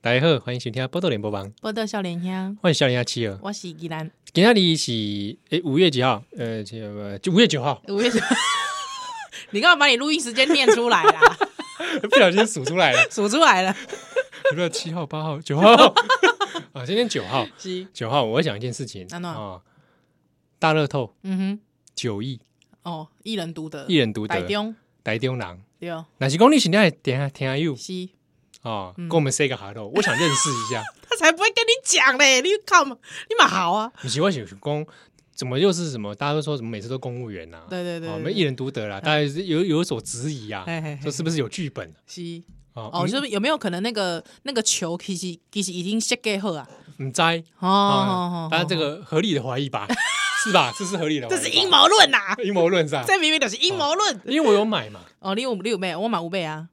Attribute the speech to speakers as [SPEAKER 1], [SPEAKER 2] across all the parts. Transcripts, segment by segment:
[SPEAKER 1] 大家好，欢迎收听《波多联播网》，
[SPEAKER 2] 波多少年兄，
[SPEAKER 1] 欢迎小林阿七儿。
[SPEAKER 2] 我是宜兰
[SPEAKER 1] 今天你是诶五月几号？呃，这个就五月九号，
[SPEAKER 2] 五月九。 你干嘛把你录音时间念出来啦？
[SPEAKER 1] 不小心数出来 了，
[SPEAKER 2] 数出来了，
[SPEAKER 1] 五月七号、八号、 九号啊，今天九号，
[SPEAKER 2] 是，
[SPEAKER 1] 九号我要讲一件事情
[SPEAKER 2] 安怎
[SPEAKER 1] 啊，大乐透
[SPEAKER 2] 嗯
[SPEAKER 1] 九亿，
[SPEAKER 2] 哼，哦，一人独得，
[SPEAKER 1] 一人独
[SPEAKER 2] 台
[SPEAKER 1] 得，
[SPEAKER 2] 中
[SPEAKER 1] 台中狼。
[SPEAKER 2] 对，
[SPEAKER 1] 哪是公你请天点下听下 you
[SPEAKER 2] 是，
[SPEAKER 1] 啊，
[SPEAKER 2] 嗯
[SPEAKER 1] 跟我们 say 个 hello，我想认识一 下。
[SPEAKER 2] 他才不会跟你讲嘞，你靠嘛，你嘛好啊，
[SPEAKER 1] 你喜欢选公，怎么又是什么？大家都说什么每次都公务员呐、啊？
[SPEAKER 2] 对对哎对
[SPEAKER 1] 哦
[SPEAKER 2] 对
[SPEAKER 1] 我们一人独得啦，大家是有有所质疑啊
[SPEAKER 2] 嘿嘿，嘿
[SPEAKER 1] 说是不是有剧本
[SPEAKER 2] 是，
[SPEAKER 1] 啊？
[SPEAKER 2] 哦，是不是有没有可能那个那个球其实其实已经设计好啊？
[SPEAKER 1] 你栽
[SPEAKER 2] 哦
[SPEAKER 1] 啊
[SPEAKER 2] 哦，，
[SPEAKER 1] 当然这
[SPEAKER 2] 哦
[SPEAKER 1] 个合理的怀疑 吧，是吧？这是合理的，
[SPEAKER 2] 这是阴，谋论呐，
[SPEAKER 1] 阴谋论上，
[SPEAKER 2] 这明明就是阴谋论。
[SPEAKER 1] 因为我有买嘛，
[SPEAKER 2] 哦，你有你有妹，我买五倍啊，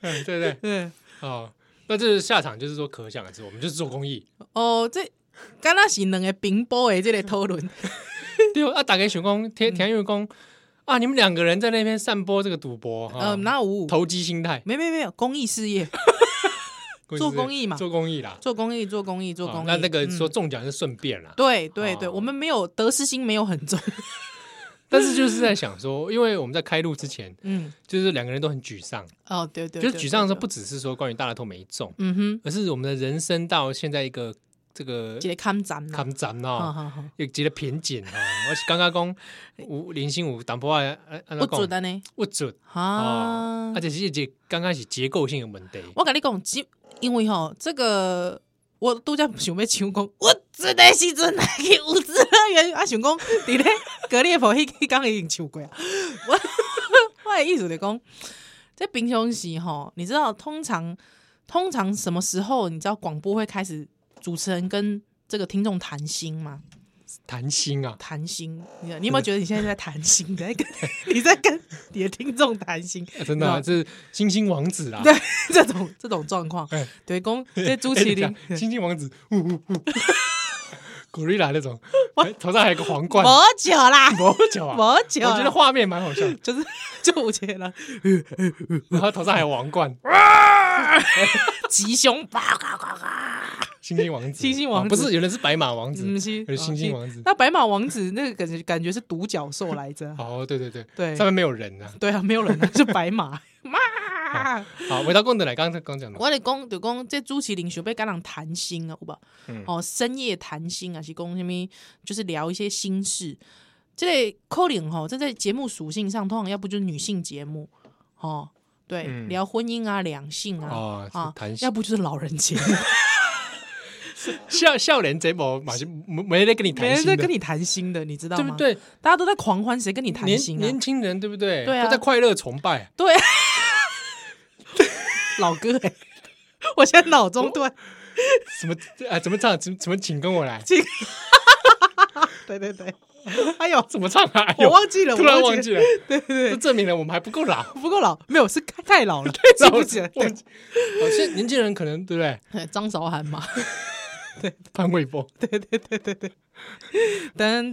[SPEAKER 1] 嗯对不对？
[SPEAKER 2] 嗯，
[SPEAKER 1] 哦，那这是下场就是说可想而知，我们就是做公 益，
[SPEAKER 2] 哦，这敢若是两个冰波的这个讨论。
[SPEAKER 1] 对哦啊，打给选工
[SPEAKER 2] 嗯
[SPEAKER 1] 田田玉工啊，你们两个人在那边散播这个赌博，
[SPEAKER 2] 呃，
[SPEAKER 1] 哈，
[SPEAKER 2] 哪有五五？
[SPEAKER 1] 投机心态，
[SPEAKER 2] 没没没有公益事业， 做公益嘛
[SPEAKER 1] 做公益啦，
[SPEAKER 2] 做公益，做公益，做公
[SPEAKER 1] 哦
[SPEAKER 2] 益。
[SPEAKER 1] 那那个
[SPEAKER 2] 嗯
[SPEAKER 1] 说中奖是顺便啦，
[SPEAKER 2] 对对对，
[SPEAKER 1] 哦
[SPEAKER 2] 我们没有得失心没有很 重，
[SPEAKER 1] 但是就是在想 说，因为我们在开录之前，
[SPEAKER 2] 嗯，
[SPEAKER 1] 就是两个人都很沮丧，
[SPEAKER 2] 哦对对，
[SPEAKER 1] 就是
[SPEAKER 2] 对
[SPEAKER 1] 沮丧的时候，
[SPEAKER 2] 对
[SPEAKER 1] 不只是说关于大乐透没中，
[SPEAKER 2] 对嗯哼，
[SPEAKER 1] 而是我们的人生到现在一个这个
[SPEAKER 2] 一个看展啦，
[SPEAKER 1] 坎展
[SPEAKER 2] 好
[SPEAKER 1] 哦，
[SPEAKER 2] 好好，
[SPEAKER 1] 有一个瓶颈哦。我是刚刚讲有零星有淡薄啊，不
[SPEAKER 2] 不准啊的呢，
[SPEAKER 1] 不准
[SPEAKER 2] 哈
[SPEAKER 1] 哦，而，且是一个刚开始结构性的问题，
[SPEAKER 2] 我跟你讲，只因为吼这个。我拄则想要想讲，我真的时阵来去有 稚乐园，啊想讲，伫咧格列佛迄迄工已经唱过啊。我 我的意思就讲，在平常时吼，你知道，通常通常什么时候，你知道广播会开始主持人跟这个听众谈心吗？
[SPEAKER 1] 谈心啊，
[SPEAKER 2] 谈心，你你有没有觉得你现在在谈心？ 你在跟你在跟你的听众谈心？
[SPEAKER 1] 啊真的啊
[SPEAKER 2] 你
[SPEAKER 1] 这是星星王子啊，
[SPEAKER 2] 对这种这种状况
[SPEAKER 1] 哎，
[SPEAKER 2] 对公 这朱
[SPEAKER 1] 哎等
[SPEAKER 2] 麒
[SPEAKER 1] 一下
[SPEAKER 2] 麟，
[SPEAKER 1] 星星王子，呜呜 呜，gorilla 那种，哎头上还有个皇冠，
[SPEAKER 2] 没酒 啦，
[SPEAKER 1] 魔脚啊，
[SPEAKER 2] 没酒啦，
[SPEAKER 1] 我觉得画面蛮好笑的，
[SPEAKER 2] 就是就五千了，
[SPEAKER 1] 然后头上还有王 冠，
[SPEAKER 2] 吉凶吧，
[SPEAKER 1] 星星王子，
[SPEAKER 2] 星星王子
[SPEAKER 1] 哦不是有人是白马王子，
[SPEAKER 2] 嗯是
[SPEAKER 1] 有人星星王
[SPEAKER 2] 哦
[SPEAKER 1] 子。
[SPEAKER 2] 那白马王子那个感觉感觉是独角兽来 着，
[SPEAKER 1] 哦，对对对，
[SPEAKER 2] 对
[SPEAKER 1] 上面没有人啊。
[SPEAKER 2] 对啊，没有人 啊，是白马妈。
[SPEAKER 1] 好，回到功德来，刚才刚讲的，
[SPEAKER 2] 我的讲就讲，这朱麒麟想被跟人谈心啊，有无？
[SPEAKER 1] 嗯
[SPEAKER 2] 哦，深夜谈心啊，是讲什么？就是聊一些心事。这个可能吼，这在节目属性上，通常要不就是女性节目，哦，对，
[SPEAKER 1] 嗯
[SPEAKER 2] 聊婚姻啊、两性啊，
[SPEAKER 1] 哦
[SPEAKER 2] 啊，
[SPEAKER 1] 谈心
[SPEAKER 2] 要不就是老人节目，
[SPEAKER 1] 笑笑脸这某马上没没在跟你
[SPEAKER 2] 没
[SPEAKER 1] 谈
[SPEAKER 2] 人
[SPEAKER 1] 心
[SPEAKER 2] 在
[SPEAKER 1] 的，
[SPEAKER 2] 跟你谈心的，你知道
[SPEAKER 1] 对
[SPEAKER 2] 吗？
[SPEAKER 1] 不对？
[SPEAKER 2] 大家都在狂欢，谁跟你谈
[SPEAKER 1] 年
[SPEAKER 2] 心啊
[SPEAKER 1] 年？轻人对不对？
[SPEAKER 2] 对啊
[SPEAKER 1] 都在快乐崇拜，
[SPEAKER 2] 对， 老歌哎、我现在脑中对，
[SPEAKER 1] 什么啊？怎么唱？怎么怎么请跟我来？
[SPEAKER 2] 对对对，哎呦，
[SPEAKER 1] 怎么唱啊？哎
[SPEAKER 2] 我
[SPEAKER 1] 呦，
[SPEAKER 2] 忘记了，
[SPEAKER 1] 突
[SPEAKER 2] 我
[SPEAKER 1] 然忘记
[SPEAKER 2] 了，
[SPEAKER 1] 了，
[SPEAKER 2] 对对
[SPEAKER 1] 这
[SPEAKER 2] 对，
[SPEAKER 1] 证明了我们还不够老，
[SPEAKER 2] 不够老，没有是太太 老了，记不起来。
[SPEAKER 1] 忘记。哦现在年轻人可能对不对？
[SPEAKER 2] 对，张韶涵嘛，
[SPEAKER 1] 潘玮柏，
[SPEAKER 2] 噔
[SPEAKER 1] 噔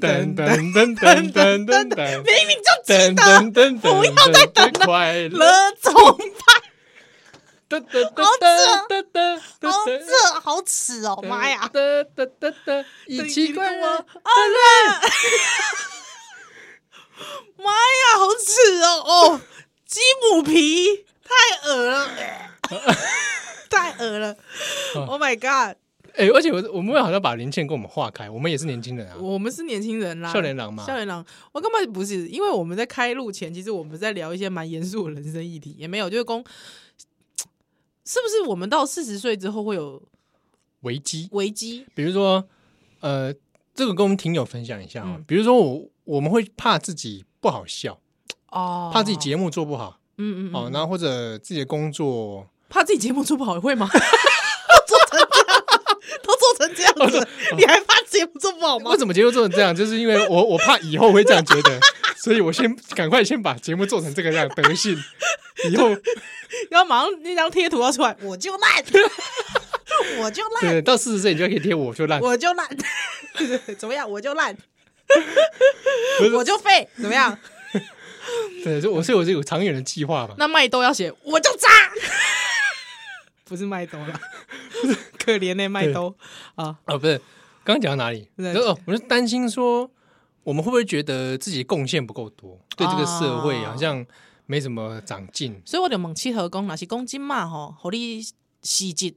[SPEAKER 1] 噔噔
[SPEAKER 2] 噔噔
[SPEAKER 1] 噔噔
[SPEAKER 2] 噔，
[SPEAKER 1] 噔噔噔噔。
[SPEAKER 2] 明明就记
[SPEAKER 1] 噔
[SPEAKER 2] 得
[SPEAKER 1] 噔噔噔，不要再等了，快乐，
[SPEAKER 2] 了，崇拜，
[SPEAKER 1] 噔噔噔噔噔噔，
[SPEAKER 2] 好这好耻哦，妈呀！
[SPEAKER 1] 噔噔噔 噔，一起跟
[SPEAKER 2] 跟我
[SPEAKER 1] 我，
[SPEAKER 2] 二人，妈呀，好耻哦！哦，鸡母皮太恶了，呃太恶 了！Oh my god，
[SPEAKER 1] 哎，而且我我们会好像把林倩跟我们划开，我们也是年轻人啊，
[SPEAKER 2] 我们是年轻人啦，
[SPEAKER 1] 少年郎嘛
[SPEAKER 2] 少年郎，我根本不是，因为我们在开录前，其实我们在聊一些蛮严肃的人生议题，也没有，就是公，是不是我们到四十岁之后会有
[SPEAKER 1] 危机，
[SPEAKER 2] 危机？
[SPEAKER 1] 比如说，呃，这个跟我们听友分享一下
[SPEAKER 2] 嗯
[SPEAKER 1] 啊，比如说我我们会怕自己不好笑，
[SPEAKER 2] 哦，
[SPEAKER 1] 怕自己，节目做不好，
[SPEAKER 2] 嗯嗯嗯，
[SPEAKER 1] 哦，然后或者自己的工作，
[SPEAKER 2] 怕自己节目做不好会 吗？都做成这样，哦都做成这样子，你还怕节目做不好吗
[SPEAKER 1] 我？怎么节目做成这样，就是因为我我怕以后会这样觉得。所以我先赶快先把节目做成这个样德性，以后
[SPEAKER 2] 然后马上那张贴图要出来， 我就烂，我就烂，
[SPEAKER 1] 对，到四十岁你就可以贴我就烂，
[SPEAKER 2] 我就烂， 怎么样？我就烂
[SPEAKER 1] 不是，
[SPEAKER 2] 我就废，怎么 样？
[SPEAKER 1] 对，就我所以我是有长远的计划嘛。
[SPEAKER 2] 那麦都要写，我就渣， 不是麦兜啦， 可怜的麦兜啊，
[SPEAKER 1] 哦，不是，刚刚讲到哪里？
[SPEAKER 2] 对
[SPEAKER 1] 哦，我是担心说，我们会不会觉得自己贡献不够多，对这个社会
[SPEAKER 2] 啊
[SPEAKER 1] 好像没什么长进？
[SPEAKER 2] 所以我就问七合公，若是公斤嘛吼，互你辞职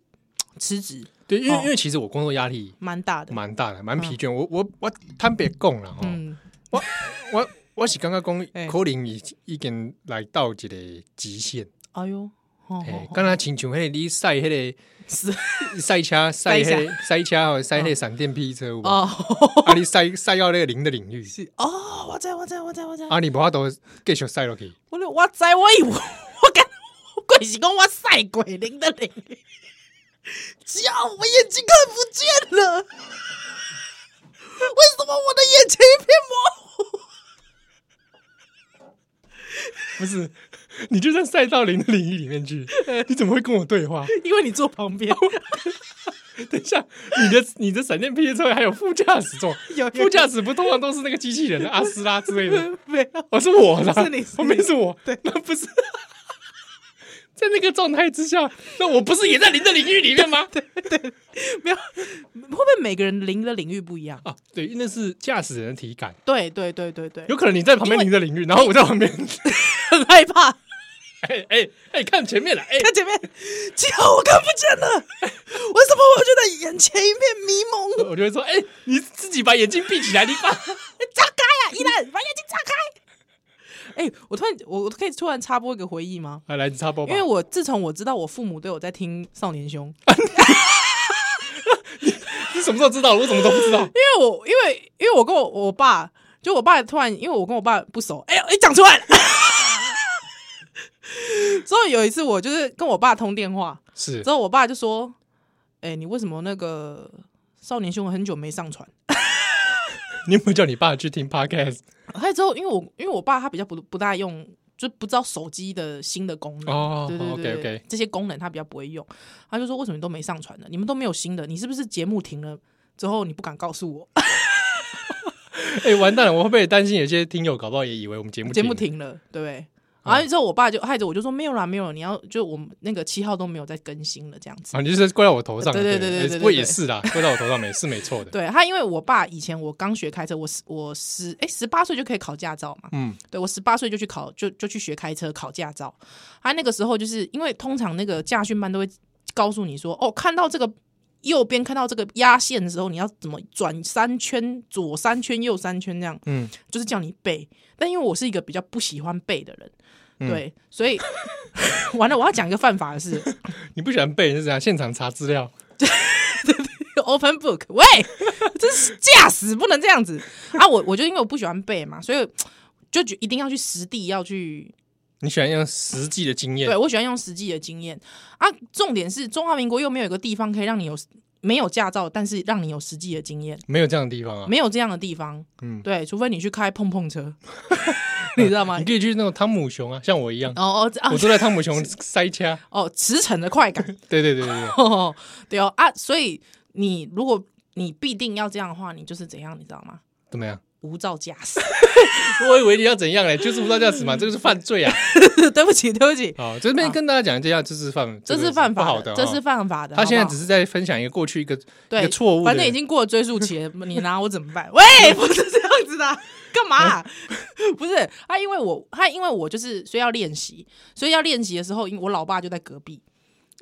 [SPEAKER 2] 辞职
[SPEAKER 1] 对，因为、
[SPEAKER 2] 哦
[SPEAKER 1] 因为其实我工作压力
[SPEAKER 2] 蛮大的，
[SPEAKER 1] 蛮大的，蛮疲倦。我我我坦白讲了哈，哦
[SPEAKER 2] 嗯，
[SPEAKER 1] 我我是刚刚
[SPEAKER 2] 哎
[SPEAKER 1] 讲，可能已已经来到一个极限。
[SPEAKER 2] 哎呦，哦
[SPEAKER 1] 嘿，刚才亲像迄个你赛迄
[SPEAKER 2] 是
[SPEAKER 1] 个赛车赛
[SPEAKER 2] 赛
[SPEAKER 1] 迄个赛车哦，赛迄个闪电霹雳车有无，
[SPEAKER 2] 哦
[SPEAKER 1] 啊你赛赛到那个零的领域，
[SPEAKER 2] 是哦，我知我知我知我知，
[SPEAKER 1] 啊你无法度继续赛落去。
[SPEAKER 2] 我就我知我以为我敢，我鬼是讲我赛鬼灵的灵，只要我眼睛看不见了，为什么我的眼前一片模糊？
[SPEAKER 1] 不是， 你就算赛到零的领域里面去， 你怎么会跟我对话？
[SPEAKER 2] 因为你坐旁
[SPEAKER 1] 哦
[SPEAKER 2] 边，
[SPEAKER 1] 等一下，你的你的闪电霹雳车还有副驾驶座
[SPEAKER 2] 有有，
[SPEAKER 1] 副驾驶不通常都是那个机器人的阿斯拉之类的，
[SPEAKER 2] 没有，
[SPEAKER 1] 哦，是我啦，
[SPEAKER 2] 是你是
[SPEAKER 1] 后面
[SPEAKER 2] 你
[SPEAKER 1] 是我，
[SPEAKER 2] 对，
[SPEAKER 1] 那不是在那个状态之下，那我不是也在零的领域里面吗？对
[SPEAKER 2] 没有，会不会每个人灵的领域不一样？
[SPEAKER 1] 啊，对，那是驾驶人的体感，
[SPEAKER 2] 对对对对对，
[SPEAKER 1] 有可能你在旁边
[SPEAKER 2] 因
[SPEAKER 1] 零的
[SPEAKER 2] 为
[SPEAKER 1] 领域，然后我在旁边，
[SPEAKER 2] 很害怕。
[SPEAKER 1] 哎哎哎，看前面了，哎，
[SPEAKER 2] 看前面，幸好我看不见了，为什么我觉得眼前一片迷蒙？
[SPEAKER 1] 我就会说，哎，你自己把眼睛闭起来，你把
[SPEAKER 2] 张开啊，依兰，把眼睛张开。 哎、我突然，我我可以突然插播一个回忆吗？
[SPEAKER 1] 啊来插播吧
[SPEAKER 2] 因为，我自从我知道我父母都有在听《少年兄》，
[SPEAKER 1] 你什么时候知道的？我怎么都不知道。
[SPEAKER 2] 因为我因为因为我跟我我爸，就我爸突然，因为我跟我爸不熟，哎呦，哎讲出来了。 之后有一次，我就是跟我爸通电话，
[SPEAKER 1] 是
[SPEAKER 2] 之后我爸就说：“哎、你为什么那个少年兄很久没上传？”
[SPEAKER 1] 你有没有叫你爸去听 podcast？
[SPEAKER 2] 还有之后，因为我因为我爸他比较不不大用，就不知道手机的新的功能。
[SPEAKER 1] 哦
[SPEAKER 2] 对对对对
[SPEAKER 1] OK，OK
[SPEAKER 2] 这些功能他比较不会用，他就说为什么你都没上传呢？你们都没有新的，你是不是节目停了之后你不敢告诉我？
[SPEAKER 1] 哎、完蛋了！我会不会担心有些听友搞不好也以为我们节目嗯
[SPEAKER 2] 节目停了，对不对？然后之后我爸就害着我就说没有啦，没有了，你要就我们那个七号都没有再更新了这样子。
[SPEAKER 1] 啊？你就是怪到我头上，
[SPEAKER 2] 对对对对对对
[SPEAKER 1] 不过也是 啦，怪到我头上没是没错的。
[SPEAKER 2] 对他，因为我爸以前我刚学开车，我十我十哎十八岁就可以考驾照嘛，
[SPEAKER 1] 嗯，
[SPEAKER 2] 对我十八岁就去考，就就去学开车考驾照。他那个时候就是因为通常那个驾训班都会告诉你说，哦，看到这个右边看到这个压线的时候，你要怎么转三圈，左三圈，右三圈这样，
[SPEAKER 1] 嗯，
[SPEAKER 2] 就是叫你背。但因为我是一个比较不喜欢背的人。
[SPEAKER 1] 嗯
[SPEAKER 2] 对，所以 完了，我要讲一个犯法的事
[SPEAKER 1] 你不喜欢背是怎样？现场查资料，
[SPEAKER 2] ，open book，喂，这是驾驶不能这样子啊！我我就因为我不喜欢背嘛，所以就觉一定要去实地要去
[SPEAKER 1] 你喜欢用实际的经验
[SPEAKER 2] 对，我喜欢用实际的经验啊。重点是中华民国又没有一个地方可以让你有没有驾照，但是让你有实际的经验，
[SPEAKER 1] 没有这样的地方啊。
[SPEAKER 2] 没有这样的地方。
[SPEAKER 1] 嗯
[SPEAKER 2] 对，除非你去开碰碰车， 你知道吗
[SPEAKER 1] 你？可以去那种汤姆熊啊，像我一样，
[SPEAKER 2] 哦哦这啊
[SPEAKER 1] 我坐在汤姆熊塞 掐。
[SPEAKER 2] 哦，驰骋的快感，
[SPEAKER 1] 对对对对对，
[SPEAKER 2] 哦对哦啊，所以你如果你必定要这样的话，你就是怎样，你知道吗？
[SPEAKER 1] 怎么 样？
[SPEAKER 2] 无照驾驶，
[SPEAKER 1] 我以为你要怎样嘞？就是无照驾驶嘛，这个是犯罪 啊！
[SPEAKER 2] 对不起，对不起，
[SPEAKER 1] 好，这边跟大家讲一下，这是犯，
[SPEAKER 2] 这
[SPEAKER 1] 个
[SPEAKER 2] 是犯
[SPEAKER 1] 不
[SPEAKER 2] 法
[SPEAKER 1] 好
[SPEAKER 2] 的，
[SPEAKER 1] 的，哦
[SPEAKER 2] 这是。犯法的。
[SPEAKER 1] 他现在
[SPEAKER 2] 好不好
[SPEAKER 1] 只是在分享一个过去一个一
[SPEAKER 2] 对
[SPEAKER 1] 个错误的，
[SPEAKER 2] 反正已经过了追溯期了，你拿我怎么办？ 喂，不是这样子的啊，干嘛啊、
[SPEAKER 1] 嗯
[SPEAKER 2] 不是他，因为我他因为我就是所以要练习，所以要练习的时候，因为我老爸就在隔壁，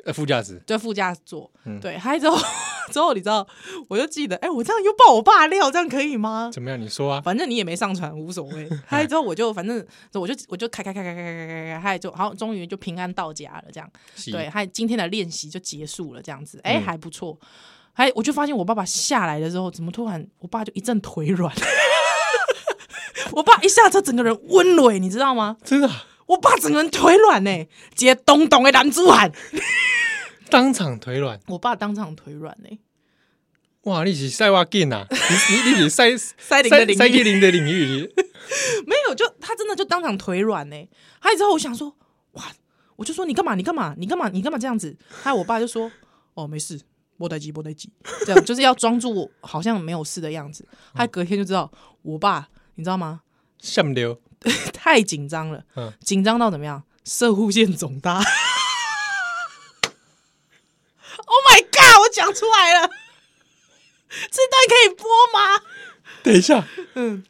[SPEAKER 1] 呃副驾驶，
[SPEAKER 2] 就在副驾座。
[SPEAKER 1] 嗯
[SPEAKER 2] 对，还之后 之后你知道，我就记得，哎、我这样又爆我爸料，这样可以吗？
[SPEAKER 1] 怎么样？你说啊？
[SPEAKER 2] 反正你也没上传，无所 谓。嗨，之后我就反正我就我就开开开开开开开开，嗨，就好，终于就平安到家了，这样。
[SPEAKER 1] 是
[SPEAKER 2] 对，还今天的练习就结束了，这样子，哎、
[SPEAKER 1] 嗯
[SPEAKER 2] 还不错。还我就发现我爸爸下来的时候，怎么突然我爸就一阵腿软， 我爸一下车整个人温蕊，你知道吗？
[SPEAKER 1] 真的啊、
[SPEAKER 2] 我爸整个人腿软呢、直接咚咚的男子汉，
[SPEAKER 1] 当场腿软，
[SPEAKER 2] 我爸当场腿软欸呢、
[SPEAKER 1] 哇！你是赛哇劲啊，你你你是赛
[SPEAKER 2] 塞林的
[SPEAKER 1] 赛
[SPEAKER 2] 领域
[SPEAKER 1] 赛零的领域里，
[SPEAKER 2] 没有，就他真的就当场腿软呢、欸。还之后我想说，哇，我就说你干嘛？你干嘛？你干嘛？你干嘛这样子？还有我爸就说，哦，没事，莫待急，莫待急，这样就是要装作我好像没有事的样子。他隔天就知道，我爸你知道吗？
[SPEAKER 1] 下不溜，
[SPEAKER 2] 太紧张了
[SPEAKER 1] 嗯，
[SPEAKER 2] 紧张到怎么样？射护腺肿大， Oh my god！我讲出来了，这段可以播吗？
[SPEAKER 1] 等一下，
[SPEAKER 2] 嗯，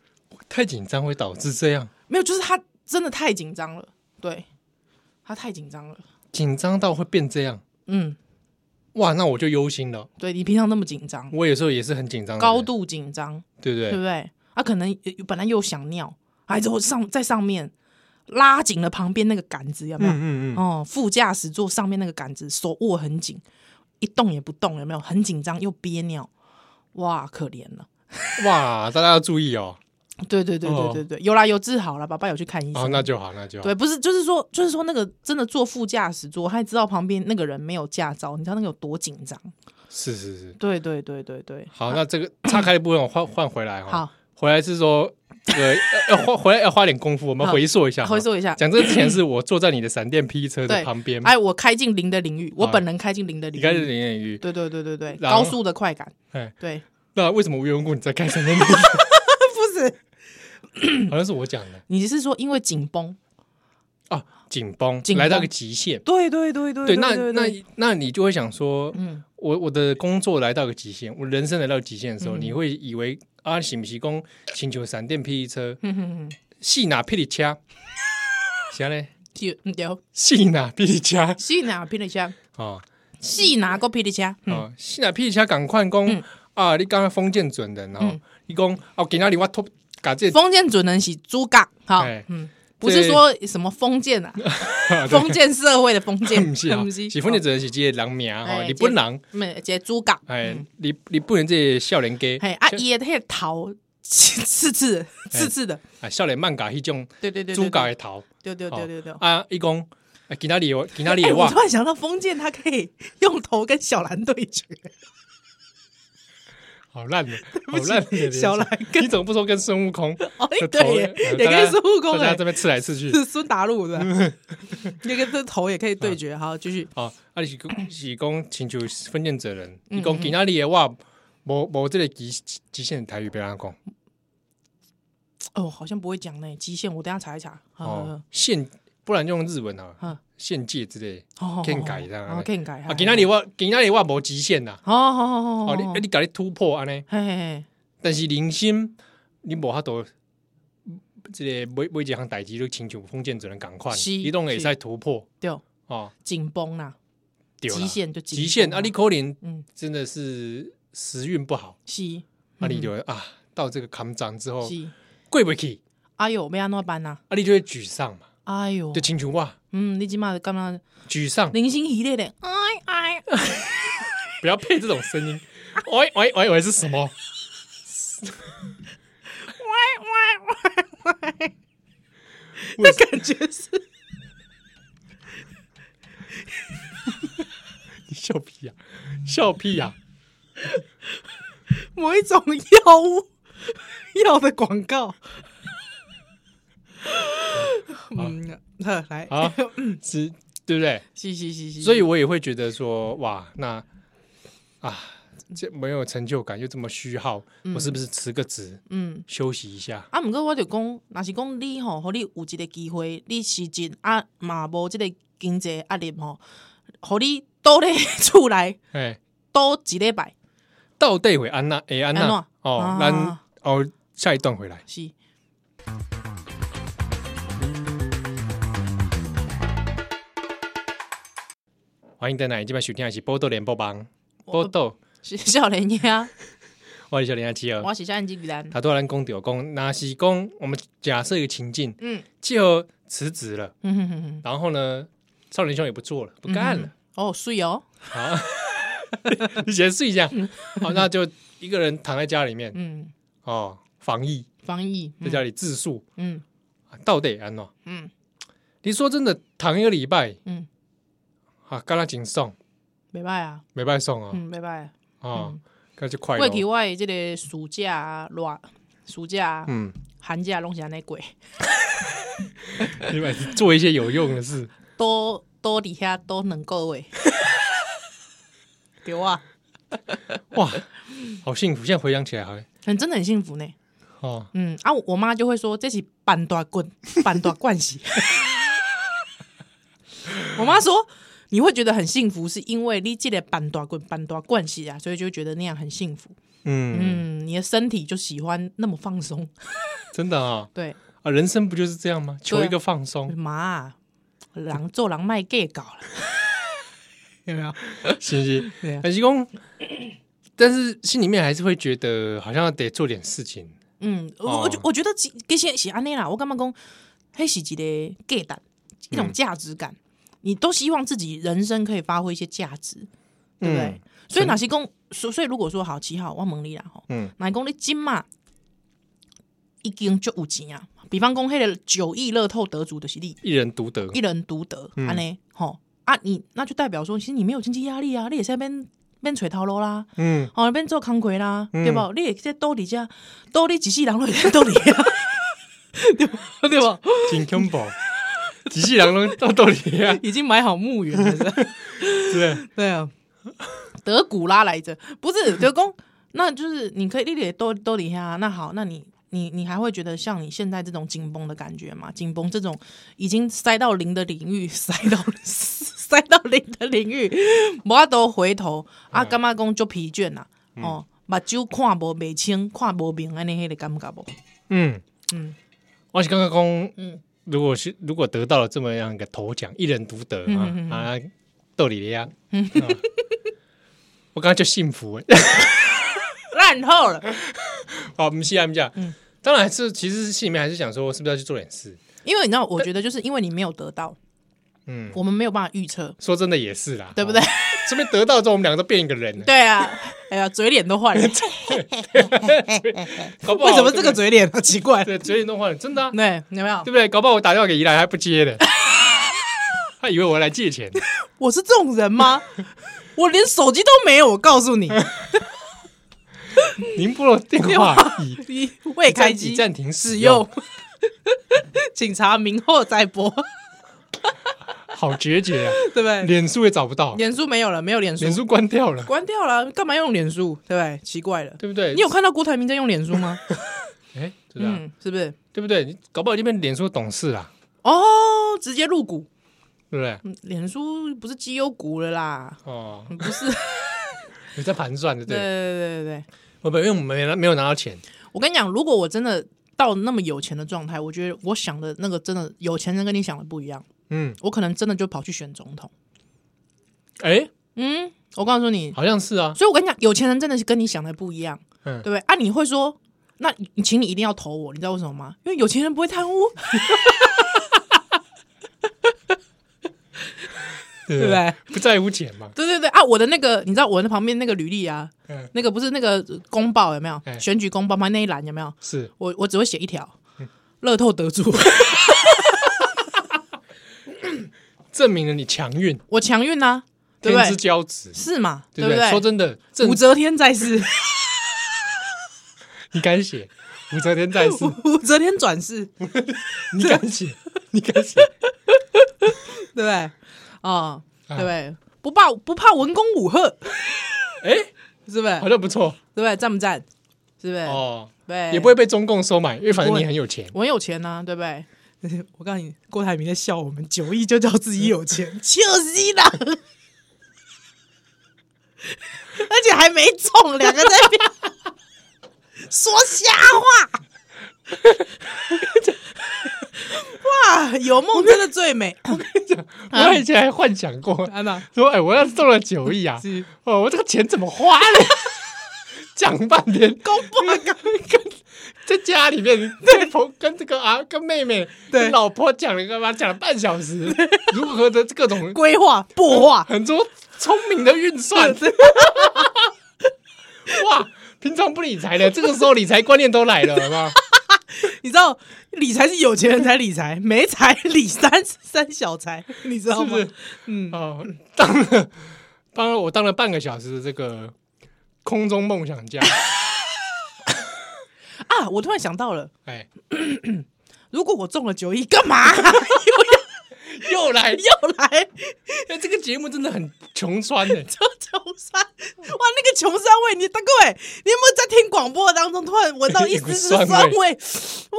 [SPEAKER 1] 太紧张会导致这样，
[SPEAKER 2] 没有，就是他真的太紧张了，对他太紧张了。
[SPEAKER 1] 紧张到会变这样，
[SPEAKER 2] 嗯，
[SPEAKER 1] 哇，那我就忧心了。
[SPEAKER 2] 对你平常那么紧张，
[SPEAKER 1] 我有时候也是很紧张的人，
[SPEAKER 2] 高度紧张，
[SPEAKER 1] 嗯对不
[SPEAKER 2] 对不
[SPEAKER 1] 对？
[SPEAKER 2] 对？他、可能也本来又想尿，哎，之后上在上面拉紧了旁边那个杆子，有没有？
[SPEAKER 1] 嗯嗯嗯，
[SPEAKER 2] 哦，副驾驶座上面那个杆子手握很紧，一动也不动，有没有？很紧张又憋尿，哇，可怜了。
[SPEAKER 1] 嗯哇，大家要注意哦。
[SPEAKER 2] 对对对对对对，有啦有治好了，爸爸有去看医
[SPEAKER 1] 好，
[SPEAKER 2] 生。
[SPEAKER 1] 哦那就好，那就好
[SPEAKER 2] 对，。不是，就是说，就是说，那个真的坐副驾驶座，他还知道旁边那个人没有驾照，你知道那个有多紧张？
[SPEAKER 1] 是是是。
[SPEAKER 2] 对对对对对，
[SPEAKER 1] 好，那这个岔开的部分我换换回来哈。
[SPEAKER 2] 好，
[SPEAKER 1] 回来是说，呃，要花回来要花点功夫，我们
[SPEAKER 2] 好
[SPEAKER 1] 回溯一下。
[SPEAKER 2] 回。溯一下，
[SPEAKER 1] 讲这啊之前是我坐在你的闪电霹雳车的
[SPEAKER 2] 对
[SPEAKER 1] 旁边，
[SPEAKER 2] 哎，我开进零的领域，我
[SPEAKER 1] 好
[SPEAKER 2] 本人开进零的
[SPEAKER 1] 啊
[SPEAKER 2] 领
[SPEAKER 1] 你开始
[SPEAKER 2] 域，
[SPEAKER 1] 淋淋雨。
[SPEAKER 2] 对对对对对，
[SPEAKER 1] 然后
[SPEAKER 2] 高速的快感
[SPEAKER 1] 哎，
[SPEAKER 2] 对，
[SPEAKER 1] 那为什么无缘无故你在开闪电霹
[SPEAKER 2] 不是，
[SPEAKER 1] 雳？好像是我讲的
[SPEAKER 2] 你是说因为紧绷？
[SPEAKER 1] 啊，紧绷
[SPEAKER 2] 紧绷
[SPEAKER 1] 来到个极限。
[SPEAKER 2] 对对对对
[SPEAKER 1] 对，那
[SPEAKER 2] 对
[SPEAKER 1] 那
[SPEAKER 2] 对
[SPEAKER 1] 那你就会想说，
[SPEAKER 2] 嗯
[SPEAKER 1] 我我的工作来到个极限，我人生来到极限的
[SPEAKER 2] 嗯
[SPEAKER 1] 时候，你会以为啊，是不是讲请求闪电霹雳车，
[SPEAKER 2] 哼哼哼，
[SPEAKER 1] 细哪霹雳 车，啥呢？
[SPEAKER 2] 对嗯对，
[SPEAKER 1] 细哪霹雳车啊
[SPEAKER 2] 细拿霹雳车，
[SPEAKER 1] 啊
[SPEAKER 2] 细拿个霹雳车，！嗯
[SPEAKER 1] 哦细哪霹雳车，赶快讲
[SPEAKER 2] 嗯
[SPEAKER 1] 啊！你刚刚封建准人哦
[SPEAKER 2] 嗯，
[SPEAKER 1] 你讲哦，给那里我偷搞这
[SPEAKER 2] 封建准人是猪嘎，好
[SPEAKER 1] 哎，
[SPEAKER 2] 嗯，不是说什么封建 啊，
[SPEAKER 1] 对
[SPEAKER 2] 封建社会 的封 建，
[SPEAKER 1] 不是啊，是封建准人是这个人名哦，
[SPEAKER 2] 哦哎
[SPEAKER 1] 日本人
[SPEAKER 2] 没这猪嘎，
[SPEAKER 1] 哎
[SPEAKER 2] 嗯，
[SPEAKER 1] 日日本人这个少年家
[SPEAKER 2] 嘿啊，伊的迄个头刺刺的刺刺的，
[SPEAKER 1] 啊，少年漫画迄种
[SPEAKER 2] 对对对，
[SPEAKER 1] 哎
[SPEAKER 2] 对
[SPEAKER 1] 主角，的头
[SPEAKER 2] 对对对对对。
[SPEAKER 1] 啊，伊讲啊，给那里我给那里
[SPEAKER 2] 哎，我
[SPEAKER 1] 我
[SPEAKER 2] 突然想到封建，他可以用头跟小兰对 决，
[SPEAKER 1] 好烂 的，好
[SPEAKER 2] 不起
[SPEAKER 1] 烂的脸
[SPEAKER 2] 小兰跟
[SPEAKER 1] 你怎么不说跟孙悟空的
[SPEAKER 2] 哦，
[SPEAKER 1] 头？啊
[SPEAKER 2] 对耶，也
[SPEAKER 1] 大
[SPEAKER 2] 跟
[SPEAKER 1] 家
[SPEAKER 2] 孙悟空
[SPEAKER 1] 大家
[SPEAKER 2] 哎
[SPEAKER 1] 这，边吃来吃去。
[SPEAKER 2] 是孙达 路的，那个这头也可以对
[SPEAKER 1] 嗯
[SPEAKER 2] 决。好，继续，
[SPEAKER 1] 好，啊，你是讲是讲请求分辨责任，
[SPEAKER 2] 嗯
[SPEAKER 1] 你讲给那里的我无无这个极极限的台语别安讲
[SPEAKER 2] 哦，好像不会讲呢，极限，我等一下查一查。
[SPEAKER 1] 哦
[SPEAKER 2] 哦，
[SPEAKER 1] 限，不然用日文啊，
[SPEAKER 2] 哦
[SPEAKER 1] 限界之类。
[SPEAKER 2] 哦，
[SPEAKER 1] 更改这样
[SPEAKER 2] 哦，更改
[SPEAKER 1] 啊，给那里我给那里我无极限呐，
[SPEAKER 2] 好好好好
[SPEAKER 1] 哦，你啊你搞你突破安尼，
[SPEAKER 2] 嘿嘿嘿，
[SPEAKER 1] 但是人心你无法度。这个每每一项代志都请求封建责任赶快，
[SPEAKER 2] 是
[SPEAKER 1] 你拢会使突破
[SPEAKER 2] 对，
[SPEAKER 1] 哦，
[SPEAKER 2] 紧绷啦，
[SPEAKER 1] 对啦
[SPEAKER 2] 极限就紧绷
[SPEAKER 1] 极限啊！你可能
[SPEAKER 2] 嗯
[SPEAKER 1] 真的是时运不好，
[SPEAKER 2] 是
[SPEAKER 1] 啊，你就会啊到这个坎长之后
[SPEAKER 2] 嗯是，
[SPEAKER 1] 过不去，
[SPEAKER 2] 哎呦，要安怎办呐？
[SPEAKER 1] 啊，你就会沮丧嘛，
[SPEAKER 2] 哎呦
[SPEAKER 1] 就，亲像哇，
[SPEAKER 2] 嗯，你即马干嘛？
[SPEAKER 1] 沮丧，
[SPEAKER 2] 零星一列的，哎 哎，
[SPEAKER 1] 不要配这种声音， 喂喂喂喂是什 么？
[SPEAKER 2] 那感觉是
[SPEAKER 1] 你 笑屁呀、笑屁呀、
[SPEAKER 2] 某一种药物药的广告。嗯，呵，来，
[SPEAKER 1] 啊！是，对不对？
[SPEAKER 2] 嘻嘻嘻嘻，
[SPEAKER 1] 所以我也会觉得说，哇，那啊，这没有成就感，又这么虚耗，我是不是辞个职
[SPEAKER 2] 嗯。
[SPEAKER 1] 休息一下？
[SPEAKER 2] 啊，毋过我就讲，若是讲你吼，互你有一个机会，你是真啊嘛无即个经济压力吼，互你倒咧厝内
[SPEAKER 1] 哎，
[SPEAKER 2] 倒一礼拜，
[SPEAKER 1] 到底会安娜，哎安娜
[SPEAKER 2] 安娜，
[SPEAKER 1] 哦
[SPEAKER 2] 啊，
[SPEAKER 1] 咱哦下一段回来。
[SPEAKER 2] 是
[SPEAKER 1] 欢迎回来，今晚收听的是《波多连播帮》，波多，
[SPEAKER 2] 是少年呀，
[SPEAKER 1] 我是小林阿七儿。
[SPEAKER 2] 我是少年纪人，
[SPEAKER 1] 他突然公丢公，那是公。我们假设一个情境，
[SPEAKER 2] 嗯
[SPEAKER 1] 继而辞职了，
[SPEAKER 2] 嗯哼哼哼，
[SPEAKER 1] 然后呢，少年兄也不做了，不干了，
[SPEAKER 2] 哦水哦，
[SPEAKER 1] 好， 你先试一下，好，那就一个人躺在家里面，
[SPEAKER 2] 嗯，
[SPEAKER 1] 哦，防疫，
[SPEAKER 2] 防疫，
[SPEAKER 1] 在家里自述，
[SPEAKER 2] 嗯
[SPEAKER 1] 啊到底安喏？
[SPEAKER 2] 嗯
[SPEAKER 1] 你说真的，躺一个礼拜
[SPEAKER 2] 嗯，
[SPEAKER 1] 啊，干那紧送，
[SPEAKER 2] 袂歹啊，
[SPEAKER 1] 没办送啊，
[SPEAKER 2] 嗯袂歹，
[SPEAKER 1] 啊，那就快
[SPEAKER 2] 过去
[SPEAKER 1] 乐，
[SPEAKER 2] 我的即个暑假啊，热暑假啊、
[SPEAKER 1] 嗯，
[SPEAKER 2] 寒假拢是安尼过，
[SPEAKER 1] 另外是做一些有用的事，
[SPEAKER 2] 倒倒伫遐倒两个月，对啊，
[SPEAKER 1] 哇，好幸福！现在回想起来，好像
[SPEAKER 2] 很真的很幸福呢。
[SPEAKER 1] 哦，
[SPEAKER 2] 嗯啊，我妈就会说这是 板大棍，板大惯习。我妈说你会觉得很幸福，是因为你这个板大棍板大惯系啊，所以就会觉得那样很幸福。
[SPEAKER 1] 嗯，
[SPEAKER 2] 嗯，你的身体就喜欢那么放松。
[SPEAKER 1] 真的啊
[SPEAKER 2] 对，
[SPEAKER 1] 啊，人生不就是这样
[SPEAKER 2] 啊
[SPEAKER 1] 吗？求一个放松，
[SPEAKER 2] 妈、啊，狼做狼卖 gay 搞了，有没有？
[SPEAKER 1] 是不是？
[SPEAKER 2] 对啊，
[SPEAKER 1] 很西公，但是心里面还是会觉得好像得做点事情。
[SPEAKER 2] 嗯，
[SPEAKER 1] 哦
[SPEAKER 2] 我我觉我觉得其其实是安内啦，我干嘛讲，黑是一个 gay 蛋，一种价值感，你都希望自己人生可以发挥一些价值，对不对？
[SPEAKER 1] 嗯
[SPEAKER 2] 所以哪些公，所所以如果说好七号我问你啦吼，
[SPEAKER 1] 嗯
[SPEAKER 2] 哪公你金嘛已经就有钱啊，比方讲那个九亿乐透得主的是你，
[SPEAKER 1] 一人独得
[SPEAKER 2] 一，人独得，
[SPEAKER 1] 嗯
[SPEAKER 2] 安内吼啊你那就代表说，其实你没有经济压力啊，你也是在那边边垂头路啦，
[SPEAKER 1] 嗯，
[SPEAKER 2] 哦，边做工课啦，
[SPEAKER 1] 嗯
[SPEAKER 2] 对吧？你也在兜里家，兜里一世 人都在兜里啊，对吧？对吧？
[SPEAKER 1] 金 c o m b 几细郎龙到道理啊，
[SPEAKER 2] 已经买好墓园了，是吧
[SPEAKER 1] 对不
[SPEAKER 2] 对啊，德古拉来着，不是德公，那就是你可以你也兜兜里下，啊那好，那你。你你还会觉得像你现在这种紧绷的感觉吗？紧绷这种已经塞到零的领域， 塞到塞到零的领域，我都回头啊，干嘛讲就疲倦呐、哦，目睭看无袂清，看无明，安尼迄个感觉无？
[SPEAKER 1] 嗯嗯
[SPEAKER 2] 嗯，
[SPEAKER 1] 我是刚刚讲，
[SPEAKER 2] 嗯
[SPEAKER 1] 如果是如果得到了这么样一个头奖，一人独得啊
[SPEAKER 2] 嗯嗯嗯嗯
[SPEAKER 1] 啊，道理呀，啊我刚刚就幸福欸
[SPEAKER 2] 烂透了，
[SPEAKER 1] 好，我啊们下面讲
[SPEAKER 2] 嗯，
[SPEAKER 1] 当然是其实心里面还是想说，是不是要去做点事？
[SPEAKER 2] 因为你知道，我觉得就是因为你没有得到，
[SPEAKER 1] 嗯，
[SPEAKER 2] 我们没有办法预测，
[SPEAKER 1] 说真的也是啦，
[SPEAKER 2] 对不对
[SPEAKER 1] 哦？？这边得到之后，我们两个都变一个人了，
[SPEAKER 2] 对啊，哎呀，嘴脸都换了，
[SPEAKER 1] 搞不好
[SPEAKER 2] 为什么这个嘴 脸啊？奇怪，
[SPEAKER 1] 对嘴里弄坏了？真的啊，
[SPEAKER 2] 对，有没有
[SPEAKER 1] 对？不对？搞不好我打电话给怡兰还不接的， 他以为我来借钱。
[SPEAKER 2] 我是这种人 吗？我连手机都没有，我告诉 你，
[SPEAKER 1] 您拨了电话
[SPEAKER 2] 啊
[SPEAKER 1] 已
[SPEAKER 2] 一未开
[SPEAKER 1] 暂
[SPEAKER 2] 机
[SPEAKER 1] 已暂停使
[SPEAKER 2] 使
[SPEAKER 1] 用
[SPEAKER 2] 用，，警察明后再拨，
[SPEAKER 1] 好决绝啊！
[SPEAKER 2] 对不对？
[SPEAKER 1] 脸书也找不到，
[SPEAKER 2] 脸书没有了，没有脸书
[SPEAKER 1] 脸，书关掉了，
[SPEAKER 2] 关掉了，干嘛用脸书？对不对？奇怪了，
[SPEAKER 1] 对不对？
[SPEAKER 2] 你有看到郭台铭在用脸书吗？
[SPEAKER 1] 哎，对啊，
[SPEAKER 2] 嗯，是不是？
[SPEAKER 1] 对不对？你搞不好这边脸书董事啦，
[SPEAKER 2] 哦，直接入股，
[SPEAKER 1] 对不对？
[SPEAKER 2] 嗯脸书不是绩优股了啦，嗯
[SPEAKER 1] 哦，
[SPEAKER 2] 不是，
[SPEAKER 1] 你在盘算的
[SPEAKER 2] 对对
[SPEAKER 1] 对，
[SPEAKER 2] 对对对。
[SPEAKER 1] 我本因为我们没拿没有拿到钱，
[SPEAKER 2] 我跟你讲，如果我真的到那么有钱的状态，我觉得我想的那个真的有钱人跟你想的不一样，
[SPEAKER 1] 嗯，
[SPEAKER 2] 我可能真的就跑去选总统。
[SPEAKER 1] 哎，
[SPEAKER 2] 嗯，我告诉你，
[SPEAKER 1] 好像是啊，
[SPEAKER 2] 所以我跟你讲，有钱人真的是跟你想的不一样，
[SPEAKER 1] 嗯
[SPEAKER 2] 对不对？啊，你会说，那你请你一定要投我，你知道为什么吗？因为有钱人不会贪污，
[SPEAKER 1] 对
[SPEAKER 2] 对不？对？
[SPEAKER 1] 不在乎钱嘛，
[SPEAKER 2] 对对对啊！我的那个，你知道我的旁边那个履历啊，
[SPEAKER 1] 嗯，
[SPEAKER 2] 那个不是那个公报有没有？
[SPEAKER 1] 哎
[SPEAKER 2] 选举公报旁边那一栏有没有？
[SPEAKER 1] 是
[SPEAKER 2] 我我只会写一条，乐透得主。
[SPEAKER 1] 证明了你强运，
[SPEAKER 2] 我强运呐，对不
[SPEAKER 1] 天之
[SPEAKER 2] 对？
[SPEAKER 1] 骄子，
[SPEAKER 2] 是嘛？
[SPEAKER 1] 对
[SPEAKER 2] 不
[SPEAKER 1] 不对？说真的，正
[SPEAKER 2] 武则天在世，
[SPEAKER 1] 你敢写，武则天在世，
[SPEAKER 2] 武则天转世，对
[SPEAKER 1] 你敢 写，你敢写，
[SPEAKER 2] 不对？啊、
[SPEAKER 1] 啊
[SPEAKER 2] 对不对？不怕不怕文攻武赫，
[SPEAKER 1] 哎，
[SPEAKER 2] 是不是？
[SPEAKER 1] 好
[SPEAKER 2] 对
[SPEAKER 1] 像不错
[SPEAKER 2] 不对？赞不赞？是不是？
[SPEAKER 1] 哦，
[SPEAKER 2] 对，
[SPEAKER 1] 也不会被中共收买，因为反正
[SPEAKER 2] 不会
[SPEAKER 1] 你很有钱。
[SPEAKER 2] 我很有钱呐、对不对？ 我告诉你，郭台铭在笑我们九亿就叫自己有 钱，就是啦，而且还没中，两个在那边 说瞎话。哇，有梦真的最美， 啊
[SPEAKER 1] 我以前还幻想过，
[SPEAKER 2] 安娜
[SPEAKER 1] 说：“哎，我要是中了九亿啊，
[SPEAKER 2] 是
[SPEAKER 1] 哦，我这个钱怎么花呢？” 讲半天，
[SPEAKER 2] 公布
[SPEAKER 1] 在家里面跟朋跟这个啊跟妹妹
[SPEAKER 2] 对
[SPEAKER 1] 跟老婆讲了干嘛？讲了半小时，如何的各种
[SPEAKER 2] 规 划破化，
[SPEAKER 1] 很多聪明的运算， 哇！平常不理财的，这个时候理财观念都来了，好不 好？
[SPEAKER 2] 你知道理财是有钱人才理财，没财理三三小财，你知道
[SPEAKER 1] 是
[SPEAKER 2] 吗？
[SPEAKER 1] 不是？
[SPEAKER 2] 嗯，
[SPEAKER 1] 哦，当了当了，我当了半个小时的这个空中梦想家，
[SPEAKER 2] 啊，我突然想到了。
[SPEAKER 1] 哎，
[SPEAKER 2] 如果我中了九亿，干嘛 又要
[SPEAKER 1] 又来又
[SPEAKER 2] 又来
[SPEAKER 1] 哎，这个节目真的很穷酸 的、
[SPEAKER 2] 就穷酸？哇，那个穷酸味，你大各位，你有没有在听广播当中突然闻到一丝丝
[SPEAKER 1] 有个酸
[SPEAKER 2] 酸味？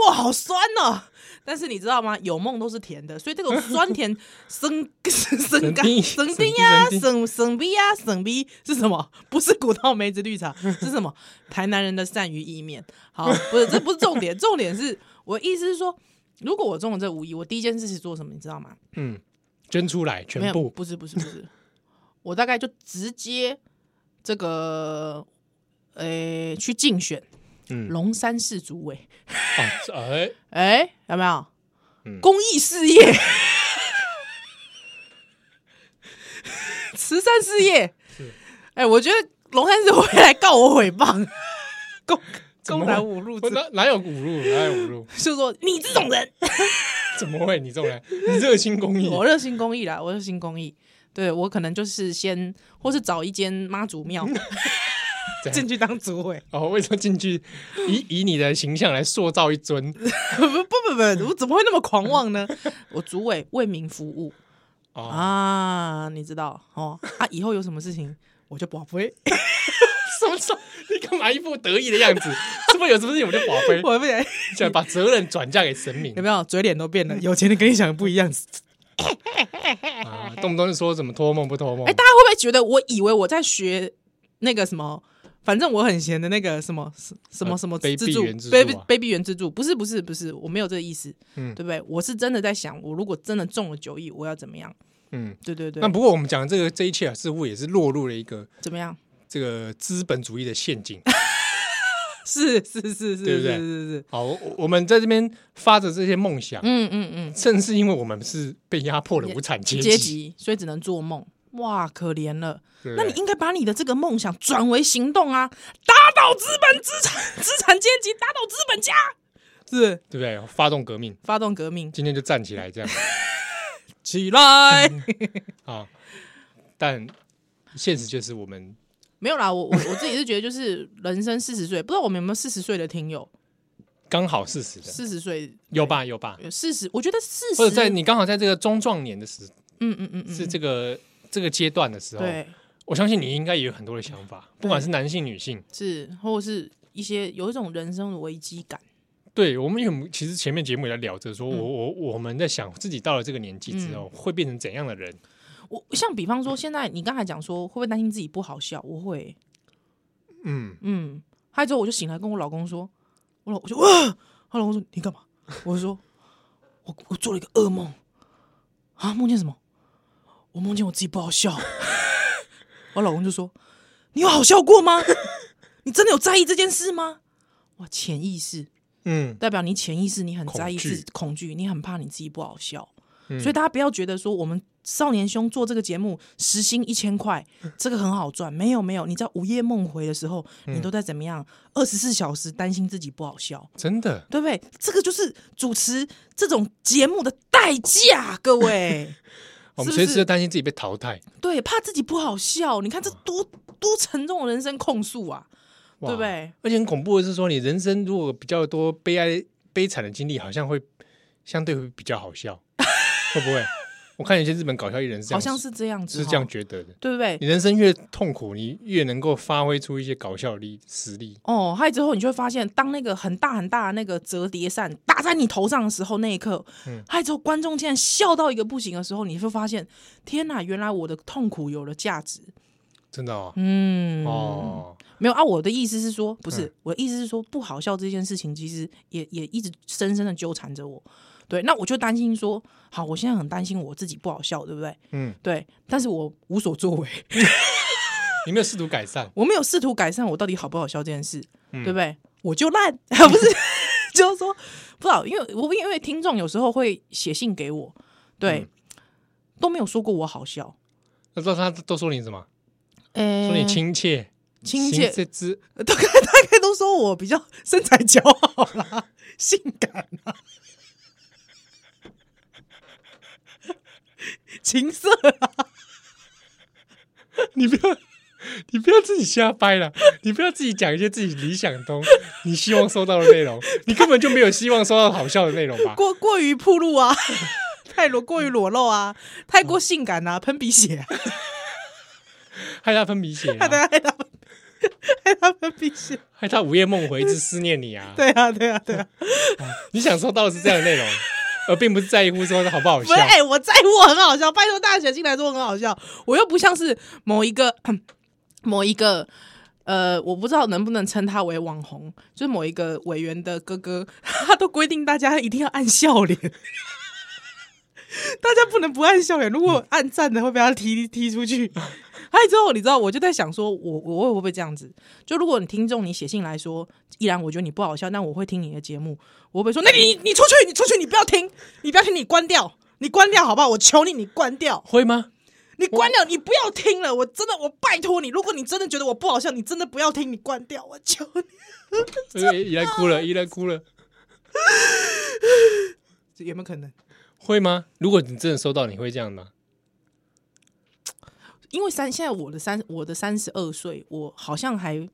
[SPEAKER 2] 哇，好酸哦！但是你知道吗？有梦都是甜的，所以这种酸甜生生干
[SPEAKER 1] 冰
[SPEAKER 2] 生
[SPEAKER 1] 生
[SPEAKER 2] 冰
[SPEAKER 1] 冰
[SPEAKER 2] 呀、
[SPEAKER 1] 生冰
[SPEAKER 2] 生生逼呀、生逼是什么？ 不是古道梅子绿茶， 是什么？台南人的鳝鱼意面。好，不是，这不是重点，重点是我意思是说，如果我中了这五亿，我第一件事是做什么？你知道吗？
[SPEAKER 1] 嗯，捐出来
[SPEAKER 2] 没
[SPEAKER 1] 全
[SPEAKER 2] 有，
[SPEAKER 1] 部，
[SPEAKER 2] 不是不是不 是，我大概就直接这个呃去竞选
[SPEAKER 1] 嗯，
[SPEAKER 2] 龙山市主委，
[SPEAKER 1] 哦，是哎，
[SPEAKER 2] 哎、有没有？
[SPEAKER 1] 嗯
[SPEAKER 2] 公益事业， 慈善事业，哎、我觉得龙山市会来告我诽 谤，公
[SPEAKER 1] 怎么
[SPEAKER 2] 公
[SPEAKER 1] 会
[SPEAKER 2] 然侮辱
[SPEAKER 1] 我
[SPEAKER 2] 之，
[SPEAKER 1] 哪哪有侮辱，哪有侮辱？
[SPEAKER 2] 就说你这种人，
[SPEAKER 1] 怎么会？你这种 人，你热心公益，
[SPEAKER 2] 我热心公益啦，我热心公益。对我可能就是先，或是找一间妈祖 庙
[SPEAKER 1] 嗯怎样
[SPEAKER 2] 进去当主委，
[SPEAKER 1] 哦，为什么进去以以你的形象来塑造一尊？
[SPEAKER 2] 不不不
[SPEAKER 1] 嗯
[SPEAKER 2] 不，我怎么会那么狂 妄呢？我主委为民服务
[SPEAKER 1] 哦，
[SPEAKER 2] 啊，你知道哦啊，以后有什么事情我就保杯，
[SPEAKER 1] 哎什么时候？你干嘛一副得意的样子？是不是有什么事情我就宝贝，
[SPEAKER 2] 我不然
[SPEAKER 1] 想把责任转嫁给神明
[SPEAKER 2] 有没有嘴脸都变了？有钱人跟你想的不一样。
[SPEAKER 1] 啊？动不动就说什么托梦不托梦
[SPEAKER 2] 哎，？大家会不会觉得我以为我在学那个什么？反正我很闲的那个什么什什么
[SPEAKER 1] 呃
[SPEAKER 2] 什么
[SPEAKER 1] 卑
[SPEAKER 2] 自
[SPEAKER 1] 鄙
[SPEAKER 2] 助
[SPEAKER 1] 原自助
[SPEAKER 2] 卑
[SPEAKER 1] 啊
[SPEAKER 2] 卑鄙原自助，不是不是不是，我没有这个意思，
[SPEAKER 1] 嗯
[SPEAKER 2] 对不对？我是真的在想，我如果真的中了九亿，我要怎么样？
[SPEAKER 1] 嗯，
[SPEAKER 2] 对对对
[SPEAKER 1] 那，不过我们讲的这个这一切啊，似乎也是落入了一个
[SPEAKER 2] 怎么样？
[SPEAKER 1] 这个资本主义的陷阱。
[SPEAKER 2] 是是是是
[SPEAKER 1] 对
[SPEAKER 2] 是
[SPEAKER 1] 不对
[SPEAKER 2] 是是，
[SPEAKER 1] 好，我我们在这边发着这些梦想，
[SPEAKER 2] 嗯嗯嗯。
[SPEAKER 1] 正是因为我们是被压迫的无产阶
[SPEAKER 2] 阶
[SPEAKER 1] 级。
[SPEAKER 2] 级，所以只能做梦。哇，可怜了！
[SPEAKER 1] 对不
[SPEAKER 2] 那
[SPEAKER 1] 对
[SPEAKER 2] 你应该把你的这个梦想转为行动啊，打倒资本资产资产阶级，打倒资本家，是不是
[SPEAKER 1] 对不对？发动革命，
[SPEAKER 2] 发动革命
[SPEAKER 1] 今天就站起来这样
[SPEAKER 2] 起来。
[SPEAKER 1] 啊！但现实就是我们
[SPEAKER 2] 没有啦，我我我自己是觉得，就是人生四十岁，不知道我们有没有四十岁的听友，
[SPEAKER 1] 刚好四十的，
[SPEAKER 2] 四十岁
[SPEAKER 1] 有吧有吧？
[SPEAKER 2] 有四十，我觉得四十，
[SPEAKER 1] 或者在你刚好在这个中壮年的时，
[SPEAKER 2] 嗯嗯嗯嗯，
[SPEAKER 1] 是这个这个阶段的时候，
[SPEAKER 2] 对
[SPEAKER 1] 我相信你应该也有很多的想法，不管是男性女性。
[SPEAKER 2] 是，或者是一些有一种人生的危机感。
[SPEAKER 1] 对我们有，其实前面节目也在聊着，说
[SPEAKER 2] 嗯
[SPEAKER 1] 我我我们在想自己到了这个年纪之后会变成怎样的人，
[SPEAKER 2] 我像比方说，现在你刚才讲说，会不会担心自己不好笑？我会、
[SPEAKER 1] 嗯。
[SPEAKER 2] 嗯，还有之后我就醒来跟我老公说，我老我就哇，他老公说你干嘛？我就说，我我做了一个噩梦啊，梦见什么？我梦见我自己不好笑。我老公就说，你有好笑过吗？你真的有在意这件事吗？哇，潜意识
[SPEAKER 1] 嗯，
[SPEAKER 2] 代表你潜意识你很在意
[SPEAKER 1] 恐
[SPEAKER 2] 自
[SPEAKER 1] 惧
[SPEAKER 2] 己恐惧，你很怕你自己不好笑，
[SPEAKER 1] 嗯
[SPEAKER 2] 所以大家不要觉得说我们少年兄做这个节目时薪一千块，
[SPEAKER 1] 嗯
[SPEAKER 2] 这个很好赚，没有没有，你在午夜梦回的时候，
[SPEAKER 1] 嗯
[SPEAKER 2] 你都在怎么样？二十四小时担心自己不好笑，
[SPEAKER 1] 真的，
[SPEAKER 2] 对不对？这个就是主持这种节目的代价，各位。
[SPEAKER 1] 我们
[SPEAKER 2] 是不
[SPEAKER 1] 随
[SPEAKER 2] 是
[SPEAKER 1] 时都担心自己被淘汰，
[SPEAKER 2] 对，怕自己不好笑，你看这多多沉重的人生控诉啊，
[SPEAKER 1] 哇
[SPEAKER 2] 对不？对？
[SPEAKER 1] 而且很恐怖的是说，你人生如果比较多悲哀、悲惨的经历，好像会相对会比较好笑，会不会？我看有些日本搞笑艺人是这
[SPEAKER 2] 好
[SPEAKER 1] 样，
[SPEAKER 2] 像是这样子，
[SPEAKER 1] 是这样，觉得的。
[SPEAKER 2] 对不对？
[SPEAKER 1] 你人生越痛苦，你越能够发挥出一些搞笑力实力。
[SPEAKER 2] 哦，还有之后你就会发现，当那个很大很大的那个折叠扇打在你头上的时候，那一刻，
[SPEAKER 1] 嗯
[SPEAKER 2] 还有之后观众竟然笑到一个不行的时候，你会发现，天哪，原来我的痛苦有了价值。
[SPEAKER 1] 真的哦，
[SPEAKER 2] 嗯，
[SPEAKER 1] 哦，
[SPEAKER 2] 没有啊，我的意思是说，不是、
[SPEAKER 1] 嗯
[SPEAKER 2] 我的意思是说，不好笑这件事情，其实也也一直深深的纠缠着我。对，那我就担心说，好，我现在很担心我自己不好笑，对不对？
[SPEAKER 1] 嗯，
[SPEAKER 2] 对，但是我无所作为，
[SPEAKER 1] 你没有试图改善，
[SPEAKER 2] 我没有试图改善我到底好不好笑这件事，
[SPEAKER 1] 嗯
[SPEAKER 2] 对不对？我就烂， 不是，就是说不知道，因为我因为听众有时候会写信给我，对，
[SPEAKER 1] 嗯
[SPEAKER 2] 都没有说过我好笑，
[SPEAKER 1] 那到他都说你什么？
[SPEAKER 2] 呃
[SPEAKER 1] 说你亲切，
[SPEAKER 2] 亲切，
[SPEAKER 1] 这只
[SPEAKER 2] 大概大 概都说我比较身材姣好啦， 性感啊啦，情色啊啦，
[SPEAKER 1] 你不要，你不要自己瞎掰了，你不要自己讲一些自己理想中你希望收到的内容，你根本就没有希望收到好笑的内容吧？
[SPEAKER 2] 过过于铺露啊， 太裸过于裸露啊，太过性感啊，喷鼻血、啊，
[SPEAKER 1] 害他分鼻血、
[SPEAKER 2] 害
[SPEAKER 1] 啊，
[SPEAKER 2] 他害他们害他喷鼻血，
[SPEAKER 1] 害他午夜梦回一直思念你啊！
[SPEAKER 2] 对啊对啊对啊，
[SPEAKER 1] 你想收到的是这样的内容，而并不是在乎说它好不好
[SPEAKER 2] 不
[SPEAKER 1] 笑
[SPEAKER 2] 是，。哎、我在乎我很好笑，拜托大家写进来说我很好笑，我又不像是某一个嗯某一个呃，我不知道能不能称他为网红，就是某一个委员的哥哥， 他都规定大家一定要按笑脸。大家不能不按笑欸脸，如果按赞的会被他踢踢出 去。还有之后，你知道，我就在想说，我我会不会这样子？就如果你听众你写信来说，依然我觉得你不好笑，但我会听你的节目，我会不会说，那你你出去，你出去，你不要听，你不要听，你关掉，你关掉好不好？我求你，你关掉，
[SPEAKER 1] 会 吗？
[SPEAKER 2] 你关掉，你不要听了，我真的，我拜托你，如果你真的觉得我不好笑，你真的不要听，你关掉，我求你。
[SPEAKER 1] 对依然呃哭了，依然哭了，
[SPEAKER 2] 有没有可能？
[SPEAKER 1] 会吗？如果你真的收到，你会这样吗？
[SPEAKER 2] 因为三现在我的三我的三十二岁，我好像还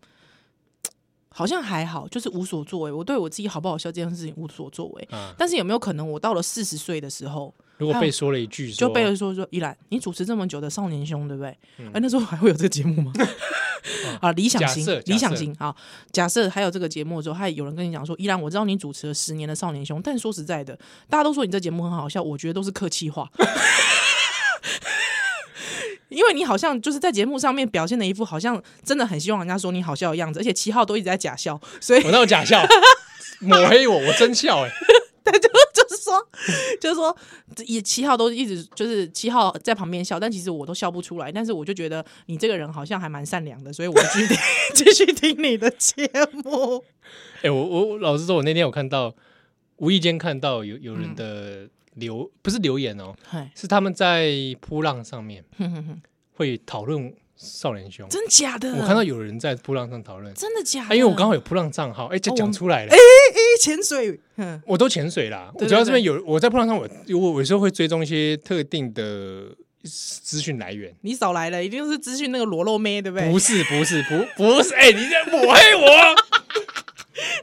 [SPEAKER 2] 好像还好，就是无所作为。我对我自己好不好笑这件事情无所作为。
[SPEAKER 1] 啊，
[SPEAKER 2] 但是有没有可能，我到了四十岁的时候，
[SPEAKER 1] 如果被说了一句说，哦
[SPEAKER 2] 就被人说说依兰，你主持这么久的少年兄，对不对？哎、那时候还会有这个节目 吗？啊，理想
[SPEAKER 1] 嗯
[SPEAKER 2] 型
[SPEAKER 1] 假设，
[SPEAKER 2] 理
[SPEAKER 1] 假
[SPEAKER 2] 想
[SPEAKER 1] 设
[SPEAKER 2] 型啊！假设还有这个节目的时候，还有人跟你讲说，依兰，我知道你主持了十年的少年兄，但说实在的，大家都说你这节目很好笑，我觉得都是客气话。 因为你好像就是在节目上面表现的一副好像真的很希望人家说你好笑的样子，而且七号都一直在假笑，所以
[SPEAKER 1] 我那有假 笑，抹黑我，我真笑哎、
[SPEAKER 2] 对，就就是说， 就是说，也七号都一直就是七号在旁边笑，但其实我都笑不出来。但是我就觉得你这个人好像还蛮善良的，所以我继续听继续听你的节目。
[SPEAKER 1] 哎、我我我老实说，我那天有看到，无意间看到有有人
[SPEAKER 2] 嗯
[SPEAKER 1] 的留、不是留言哦，
[SPEAKER 2] 嗨，
[SPEAKER 1] 是他们在扑浪上面
[SPEAKER 2] 哼哼哼
[SPEAKER 1] 会讨论少年兄。
[SPEAKER 2] 真假的？
[SPEAKER 1] 我看到有人在扑浪上讨论，
[SPEAKER 2] 真的假
[SPEAKER 1] 啊，
[SPEAKER 2] 的？
[SPEAKER 1] 因为我刚好有扑浪账号，哎、这
[SPEAKER 2] 嗯哦我
[SPEAKER 1] 讲
[SPEAKER 2] 们
[SPEAKER 1] 出来了。
[SPEAKER 2] 诶潜水，嗯
[SPEAKER 1] 我都潜水啦，
[SPEAKER 2] 对
[SPEAKER 1] 我主要这边有我在扑浪上我，我我有时候会追踪一些特定的资讯来源。
[SPEAKER 2] 你少来了，一定是资讯那个裸露妹，对不对？
[SPEAKER 1] 不是不是不不是，哎、你在抹黑 我，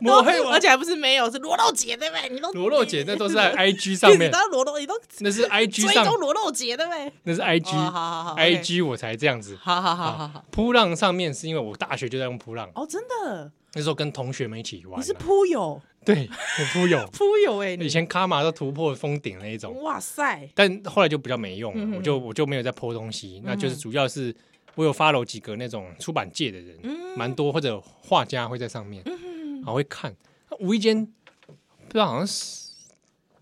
[SPEAKER 1] 抹黑我
[SPEAKER 2] 而，且还不是没有，是裸露姐，对不对？你都
[SPEAKER 1] 罗洛姐那都是 在 IG
[SPEAKER 2] 你
[SPEAKER 1] 上
[SPEAKER 2] 你
[SPEAKER 1] 面，
[SPEAKER 2] 当裸露，你都
[SPEAKER 1] 那是 IG
[SPEAKER 2] 追
[SPEAKER 1] 上
[SPEAKER 2] 踪，裸露姐，对不对？
[SPEAKER 1] 那是
[SPEAKER 2] 哦好
[SPEAKER 1] IG
[SPEAKER 2] 好好
[SPEAKER 1] IG 我才这样子。
[SPEAKER 2] 好好好好好。
[SPEAKER 1] 扑浪上面是因为我大学就在用扑浪，
[SPEAKER 2] 哦，真的，
[SPEAKER 1] 那时候跟同学们一起玩
[SPEAKER 2] 你
[SPEAKER 1] 啊，
[SPEAKER 2] 是扑友，
[SPEAKER 1] 对，我扑友，
[SPEAKER 2] 扑友哎，你
[SPEAKER 1] 以前卡玛都突破封顶那一种，
[SPEAKER 2] 哇塞，
[SPEAKER 1] 但后来就比较没用
[SPEAKER 2] 嗯
[SPEAKER 1] 了，
[SPEAKER 2] 哼嗯
[SPEAKER 1] 我就我就没有在泼东西，那就是主要是我有 follow 几个那种出版界的
[SPEAKER 2] 嗯
[SPEAKER 1] 人，蛮多或者画家会在上面，然后会看，无意间不知道好像是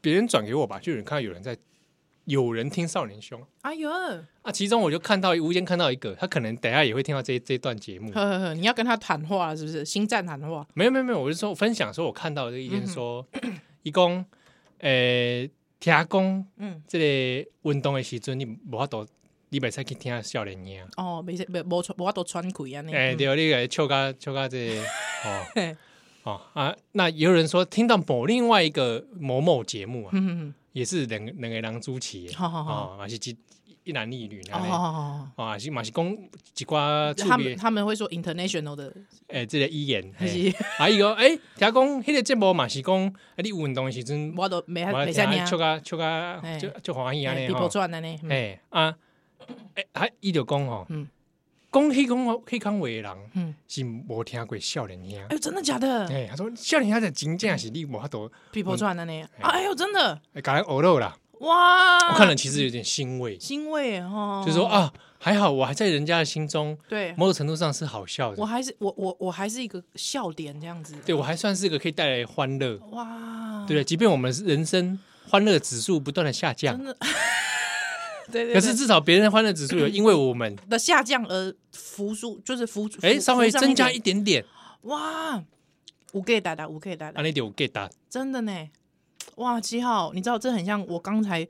[SPEAKER 1] 别人转给我吧，就有人看到有人在有人听少年凶
[SPEAKER 2] 哎呦，呵
[SPEAKER 1] 啊，其中我就看到无意间看到一个，他可能等一下也会听到这这段节目，
[SPEAKER 2] 呵呵，你要跟他谈话了是不是？星战谈话，
[SPEAKER 1] 没有没有没有，我是说分享说我看到的意见说，
[SPEAKER 2] 嗯
[SPEAKER 1] 一共呃听讲。
[SPEAKER 2] 嗯，
[SPEAKER 1] 这个运动的时阵，你无法度，你袂使去听少年音。
[SPEAKER 2] 哦，没事，没没穿，我都穿鬼啊那，
[SPEAKER 1] 哎、对，你个唱歌唱歌这 个
[SPEAKER 2] 嘿
[SPEAKER 1] 哦哦啊，那也有人说听到某另外一个某某节目啊，
[SPEAKER 2] 嗯，嗯
[SPEAKER 1] 也是两个两个人主持的，
[SPEAKER 2] 好好好，
[SPEAKER 1] 哦，嘛是一一男一女这
[SPEAKER 2] 哦
[SPEAKER 1] 样
[SPEAKER 2] 好
[SPEAKER 1] 呢，
[SPEAKER 2] 好好，
[SPEAKER 1] 啊、哦，是嘛是讲一寡
[SPEAKER 2] 他
[SPEAKER 1] 趣
[SPEAKER 2] 们
[SPEAKER 1] 味，
[SPEAKER 2] 他们会说 international 的，
[SPEAKER 1] 诶、这个语言，
[SPEAKER 2] 还
[SPEAKER 1] 嘿
[SPEAKER 2] 是
[SPEAKER 1] 啊伊个诶，听讲迄个节目嘛是讲，啊，你有运动的时阵，
[SPEAKER 2] 我都没
[SPEAKER 1] 我
[SPEAKER 2] 没
[SPEAKER 1] 听
[SPEAKER 2] 在
[SPEAKER 1] 啊
[SPEAKER 2] 听
[SPEAKER 1] 唱歌唱歌
[SPEAKER 2] 嘿
[SPEAKER 1] 就就欢喜安尼
[SPEAKER 2] 哎，people 转的呢，嗯
[SPEAKER 1] 哎、啊，哎、啊，伊就讲吼，
[SPEAKER 2] 嗯
[SPEAKER 1] 讲迄讲迄讲话的人
[SPEAKER 2] 嗯，
[SPEAKER 1] 是无听过少年兄。
[SPEAKER 2] 哎呦，真的假的
[SPEAKER 1] 哎、他说少年兄的真正是你无法度，
[SPEAKER 2] ？people 转的呢，啊哎呦，真的，
[SPEAKER 1] 感觉偶漏啦。
[SPEAKER 2] 哇，
[SPEAKER 1] 我看了其实有点欣慰，
[SPEAKER 2] 欣慰啊哦，
[SPEAKER 1] 就是说，啊，还好我还在人家的心中，
[SPEAKER 2] 对
[SPEAKER 1] 某种程度上是好笑
[SPEAKER 2] 我
[SPEAKER 1] 的，
[SPEAKER 2] 还是我我我还是一个笑点这样子，
[SPEAKER 1] 对我还算是个可以带来欢乐，
[SPEAKER 2] 哦哇，
[SPEAKER 1] 对不对？即便我们人生欢乐指数不断的下降
[SPEAKER 2] 真，的，对对，
[SPEAKER 1] 可
[SPEAKER 2] 对
[SPEAKER 1] 是至少别人的欢乐指数有因为我 们
[SPEAKER 2] 的下降而浮出，就是浮出，
[SPEAKER 1] 哎、
[SPEAKER 2] 浮
[SPEAKER 1] 稍微
[SPEAKER 2] 浮上
[SPEAKER 1] 增加一
[SPEAKER 2] 点
[SPEAKER 1] 点点，
[SPEAKER 2] 哇，五 K 打打五 K 打
[SPEAKER 1] 啊，
[SPEAKER 2] 打，
[SPEAKER 1] 那点我 get 到
[SPEAKER 2] 真的呢，哇，七号，你知道这很像我刚才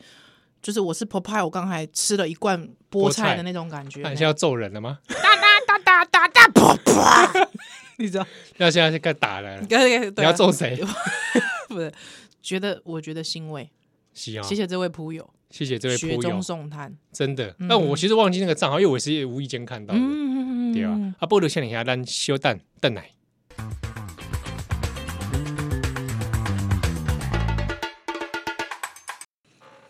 [SPEAKER 2] 就是我是 Popeye，我刚才吃了一罐
[SPEAKER 1] 菠
[SPEAKER 2] 菠
[SPEAKER 1] 菜
[SPEAKER 2] 菜的那种感
[SPEAKER 1] 啊
[SPEAKER 2] 觉啊
[SPEAKER 1] 那，你现在要揍人了吗？
[SPEAKER 2] 哒哒哒哒噗噗，你知道，
[SPEAKER 1] 那现在是该打了
[SPEAKER 2] 你。刚才
[SPEAKER 1] 你要揍谁？
[SPEAKER 2] 不是？啊觉得我觉得欣慰，
[SPEAKER 1] 是啊，
[SPEAKER 2] 谢谢这位铺友，
[SPEAKER 1] 谢谢这位
[SPEAKER 2] 雪
[SPEAKER 1] 铺
[SPEAKER 2] 中
[SPEAKER 1] 友，
[SPEAKER 2] 送炭，
[SPEAKER 1] 真的。但我其实忘记那个账号，因为我是无意间看到的，
[SPEAKER 2] 嗯，
[SPEAKER 1] 对啊。啊，波多先你下，咱小蛋蛋奶。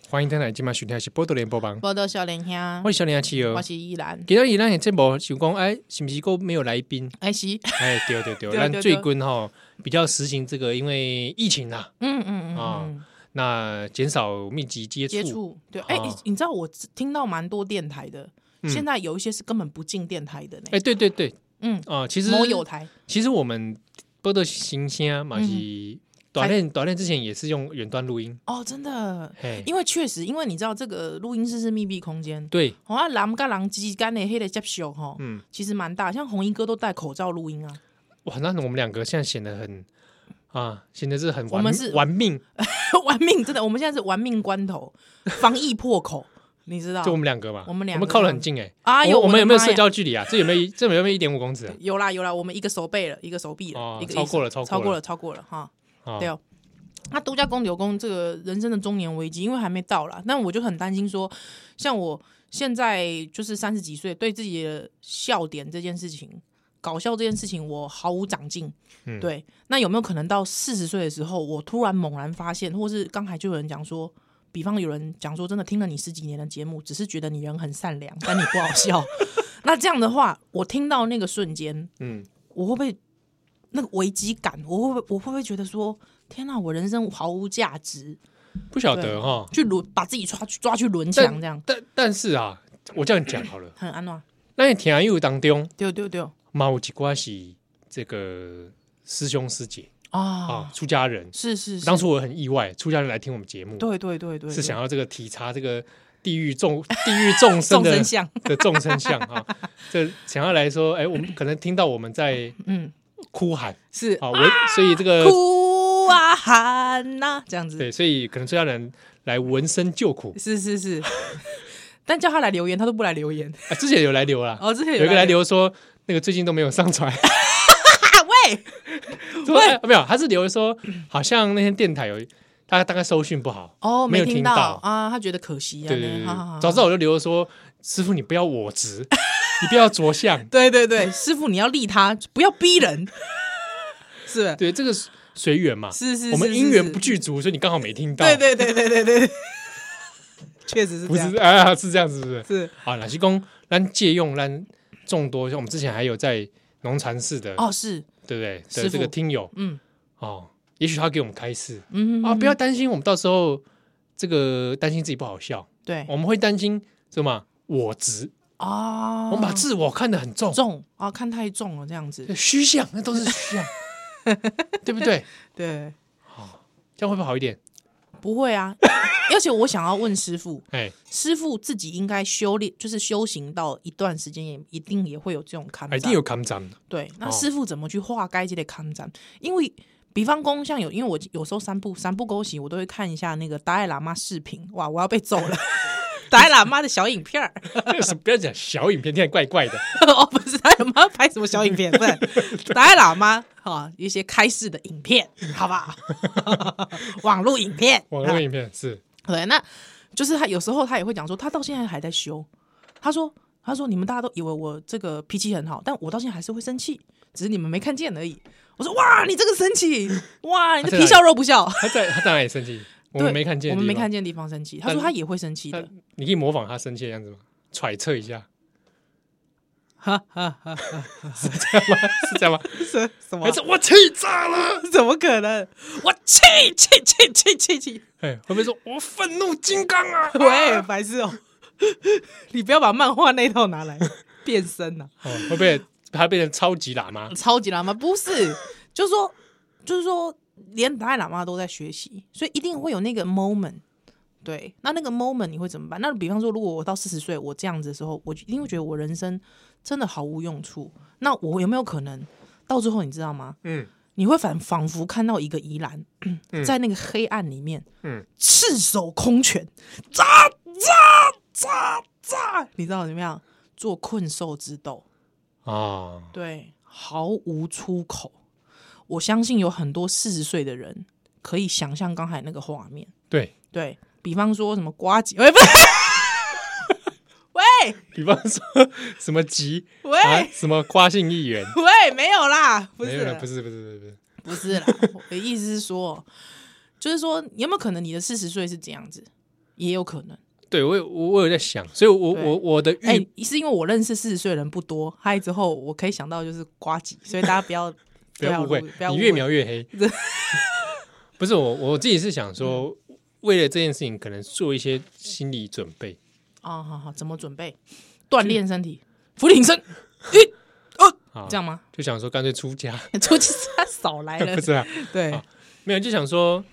[SPEAKER 1] 欢迎蛋奶，今晚收听的是波多联播榜，
[SPEAKER 2] 报道笑脸兄
[SPEAKER 1] 我，是小林阿七哦
[SPEAKER 2] 嗯我。是依兰，
[SPEAKER 1] 今日咱的节目想讲，哎，是不是够没有来宾？
[SPEAKER 2] 哎是，
[SPEAKER 1] 哎，对对对，
[SPEAKER 2] 对
[SPEAKER 1] 咱
[SPEAKER 2] 对
[SPEAKER 1] 最
[SPEAKER 2] 对
[SPEAKER 1] 近吼比较实行这个，因为疫情啦，
[SPEAKER 2] 嗯嗯嗯
[SPEAKER 1] 啊
[SPEAKER 2] 嗯，
[SPEAKER 1] 那减少密集接
[SPEAKER 2] 接
[SPEAKER 1] 触，
[SPEAKER 2] 触对，哎、
[SPEAKER 1] 哦
[SPEAKER 2] 你知道我听到蛮多电台的，
[SPEAKER 1] 嗯
[SPEAKER 2] 现在有一些是根本不进电台的呢。
[SPEAKER 1] 哎，对对对，
[SPEAKER 2] 嗯，
[SPEAKER 1] 啊、其实
[SPEAKER 2] 某有台，
[SPEAKER 1] 其实我们播的新鲜嘛
[SPEAKER 2] 嗯
[SPEAKER 1] 是短练短练之前也是用远端录音，
[SPEAKER 2] 哦，真的，
[SPEAKER 1] 嘿，
[SPEAKER 2] 因为确实，因为你知道这个录音室是密闭空间，
[SPEAKER 1] 对，
[SPEAKER 2] 好像狼跟狼之间的黑的接触哈，
[SPEAKER 1] 嗯，
[SPEAKER 2] 其实蛮大，像红衣哥都戴口罩录音啊，
[SPEAKER 1] 哇，那我们两个现在显得很啊，显得是很
[SPEAKER 2] 我
[SPEAKER 1] 玩
[SPEAKER 2] 们是
[SPEAKER 1] 玩命，
[SPEAKER 2] 玩命，真的，我们现在是玩命 关头，防疫破口，你知道
[SPEAKER 1] 就？我们两个嘛，
[SPEAKER 2] 啊我们两个
[SPEAKER 1] 靠得很近哎、
[SPEAKER 2] 啊，
[SPEAKER 1] 我我们有没有社
[SPEAKER 2] 交？
[SPEAKER 1] 交距离啊？这有没有 一这有没有一点五公尺啊？
[SPEAKER 2] 有啦有啦，我们一个手背了，一个手臂了，
[SPEAKER 1] 哦
[SPEAKER 2] 一个
[SPEAKER 1] 超过了
[SPEAKER 2] 一个
[SPEAKER 1] 超
[SPEAKER 2] 超
[SPEAKER 1] 过
[SPEAKER 2] 过
[SPEAKER 1] 了
[SPEAKER 2] 了，超过了哈。
[SPEAKER 1] 啊
[SPEAKER 2] 对哦，那度假公牛公这个人生的中年危机，因为还没到啦，但我就很担心说，像我现在就是三十几岁，对自己的笑点这件事情。搞笑这件事情，我毫无长进。
[SPEAKER 1] 嗯
[SPEAKER 2] 对，那有没有可能到四十岁的时候，我突然猛然发现，或是刚才就有人讲说，比方有人讲说，真的听了你十几年的节目，只是觉得你人很善良，但你不好笑。 那这样的话，我听到那个瞬间，
[SPEAKER 1] 嗯，
[SPEAKER 2] 我会不会那个危机感？我会不会我会不会觉得说，天哪、我人生毫无价值，
[SPEAKER 1] 不晓
[SPEAKER 2] 对
[SPEAKER 1] 得哈，
[SPEAKER 2] 去轮把自己抓去抓去轮墙这样，
[SPEAKER 1] 但但是啊，我这样讲好了，
[SPEAKER 2] 很安暖。
[SPEAKER 1] 那你听友当中，
[SPEAKER 2] 对对对，
[SPEAKER 1] 嘛有一寡是这个师兄师姐啊
[SPEAKER 2] 啊，，
[SPEAKER 1] 出家人。
[SPEAKER 2] 是是是，
[SPEAKER 1] 当初我很意外，出家人来听我们节目，
[SPEAKER 2] 对对对对，
[SPEAKER 1] 是
[SPEAKER 2] 对
[SPEAKER 1] 想要这个体察这个地狱众 地狱众生
[SPEAKER 2] 众
[SPEAKER 1] 的
[SPEAKER 2] 生相，
[SPEAKER 1] 的众生相哈，这想要来说，哎，我们可能听到我们在
[SPEAKER 2] 嗯，
[SPEAKER 1] 哭喊
[SPEAKER 2] 是
[SPEAKER 1] 啊，我所以这个
[SPEAKER 2] 哭啊喊呐、这样子，
[SPEAKER 1] 对，所以可能出家人来闻声救苦
[SPEAKER 2] 是是是。 但叫他来留言，他都不来留言。
[SPEAKER 1] 啊，之前有来留啦，
[SPEAKER 2] 哦，之前
[SPEAKER 1] 有一个来
[SPEAKER 2] 来
[SPEAKER 1] 留说那个最近都没有上 传，
[SPEAKER 2] 啊，喂，
[SPEAKER 1] 说哎没有，他是留说好像那天电台有大概大概收讯不好，
[SPEAKER 2] 哦，
[SPEAKER 1] 没有听
[SPEAKER 2] 听
[SPEAKER 1] 到
[SPEAKER 2] 啊，他觉得可惜啊，
[SPEAKER 1] 对对对，
[SPEAKER 2] 好好好
[SPEAKER 1] 对早知道我就留说师傅你不要我执， 你不要着相，
[SPEAKER 2] 对对对，师傅你要利他，不要逼 人，是不是
[SPEAKER 1] 对这个随缘嘛，
[SPEAKER 2] 是是，
[SPEAKER 1] 我们
[SPEAKER 2] 是
[SPEAKER 1] 因
[SPEAKER 2] 是
[SPEAKER 1] 缘
[SPEAKER 2] 是
[SPEAKER 1] 不具足，所以你刚好没听到，
[SPEAKER 2] 对对对对对对， 确实是
[SPEAKER 1] 不
[SPEAKER 2] 这样
[SPEAKER 1] 是，啊，是这样子，是不是？
[SPEAKER 2] 是
[SPEAKER 1] 啊，哪些公咱借用咱众多，像我们之前还有在农禅寺的，
[SPEAKER 2] 哦是，
[SPEAKER 1] 对不对？
[SPEAKER 2] 师
[SPEAKER 1] 的
[SPEAKER 2] 父
[SPEAKER 1] 这个听友
[SPEAKER 2] 嗯
[SPEAKER 1] 哦，也许他给我们开示
[SPEAKER 2] 嗯
[SPEAKER 1] 啊，不要担心，我们到时候这个担心自己不好笑，
[SPEAKER 2] 对
[SPEAKER 1] 我们会担心什么？我执，
[SPEAKER 2] 啊，
[SPEAKER 1] 我们把自我看得很重，
[SPEAKER 2] 重啊看太重了这样子，
[SPEAKER 1] 虚像那都是虚 像，对不对？
[SPEAKER 2] 对，
[SPEAKER 1] 这样会不会好一点？
[SPEAKER 2] 不会啊， 而且我想要问师傅，
[SPEAKER 1] 哎，
[SPEAKER 2] 师傅自己应该修炼，就是修行到一段时间也一定也会有这种看，
[SPEAKER 1] 一定有抗 战，
[SPEAKER 2] 对，那
[SPEAKER 1] 哦
[SPEAKER 2] 师傅怎么去化该这类抗战？因为比方公像有，因为我有时候散步散步沟行，我都会看一下那个达赖喇嘛视频，哇，我要被揍了。 达赖喇嘛的小影片儿，
[SPEAKER 1] 不要讲小影片，听起来怪怪的。
[SPEAKER 2] 哦，不是达赖喇嘛拍什么小影片，不是达赖喇嘛啊，一些开示的影片，好不好？ 网络影片，
[SPEAKER 1] 网络影片是
[SPEAKER 2] 对，那就是他有时候他也会讲说，他到现在还在修。他说：“他说你们大家都以为我这个脾气很好，但我到现在还是会生气，只是你们没看见而已。”我说：“哇，你这个生气，哇，你这皮笑肉不笑。
[SPEAKER 1] 他在他在哪里生 气？啊我们
[SPEAKER 2] 对
[SPEAKER 1] 没看见，
[SPEAKER 2] 我们没看见的地方生气。”他
[SPEAKER 1] 但
[SPEAKER 2] 说他也会生气
[SPEAKER 1] 那
[SPEAKER 2] 的。
[SPEAKER 1] 你可以模仿他生气的样子吗？揣测一下，
[SPEAKER 2] 哈哈哈，
[SPEAKER 1] 这样吗？ 是这样吗？
[SPEAKER 2] 什什么
[SPEAKER 1] 还？是我气炸了？
[SPEAKER 2] 怎么可能？我气气气气气气！
[SPEAKER 1] 哎，会不会说我愤怒金刚啊？
[SPEAKER 2] 喂，白痴哦，你不要把漫画那套拿 来变身呐、啊
[SPEAKER 1] 哦会不会他变成超级喇嘛？
[SPEAKER 2] 超级喇嘛不是，就是说，就是说，连达赖喇嘛都在学习，所以一定会有那个 moment。对，那那个 moment 你会怎么办？那比方说，如果我到四十岁，我这样子的时候，我就一定会觉得我人生真的毫无用处。那我有没有可能到最后，你知道吗？
[SPEAKER 1] 嗯，
[SPEAKER 2] 你会反仿佛看到一个宜兰、在那个黑暗里面，
[SPEAKER 1] 嗯，
[SPEAKER 2] 赤手空拳，扎扎扎扎，你知道怎么样做困兽之斗？
[SPEAKER 1] 哦，
[SPEAKER 2] 对，毫无出口。我相信有很多四十岁的人可以想象刚才那个画面。
[SPEAKER 1] 对
[SPEAKER 2] 对比方说什么瓜吉，喂，不是， 喂
[SPEAKER 1] 比方说什么吉
[SPEAKER 2] 喂、
[SPEAKER 1] 啊，什么瓜姓议员，
[SPEAKER 2] 喂，没有啦，不
[SPEAKER 1] 没
[SPEAKER 2] 是
[SPEAKER 1] 有了，
[SPEAKER 2] 啦
[SPEAKER 1] 不是不是不是不是，
[SPEAKER 2] 不是啦， 我的意思是说，就是说有没有可能你的四十岁是这样子？也有可能，
[SPEAKER 1] 对我有我我有在想，所以我
[SPEAKER 2] 对
[SPEAKER 1] 我我的
[SPEAKER 2] 哎、
[SPEAKER 1] 预
[SPEAKER 2] 是因为我认识四十岁的人不多，嗨之后我可以想到就是瓜吉，所以大家 不要
[SPEAKER 1] 不要误会
[SPEAKER 2] 不要，误
[SPEAKER 1] 你
[SPEAKER 2] 会，
[SPEAKER 1] 越描越黑。不是我我自己是想说，为了这件事情，可能做一些心理准备。
[SPEAKER 2] 哦，好好，怎么准备？锻炼身体，俯挺身，一、
[SPEAKER 1] 啊
[SPEAKER 2] 二，这样吗？
[SPEAKER 1] 就想说干脆出 家，
[SPEAKER 2] 出去他少来了
[SPEAKER 1] 不，是啊？
[SPEAKER 2] 对，
[SPEAKER 1] 好没有，就想说，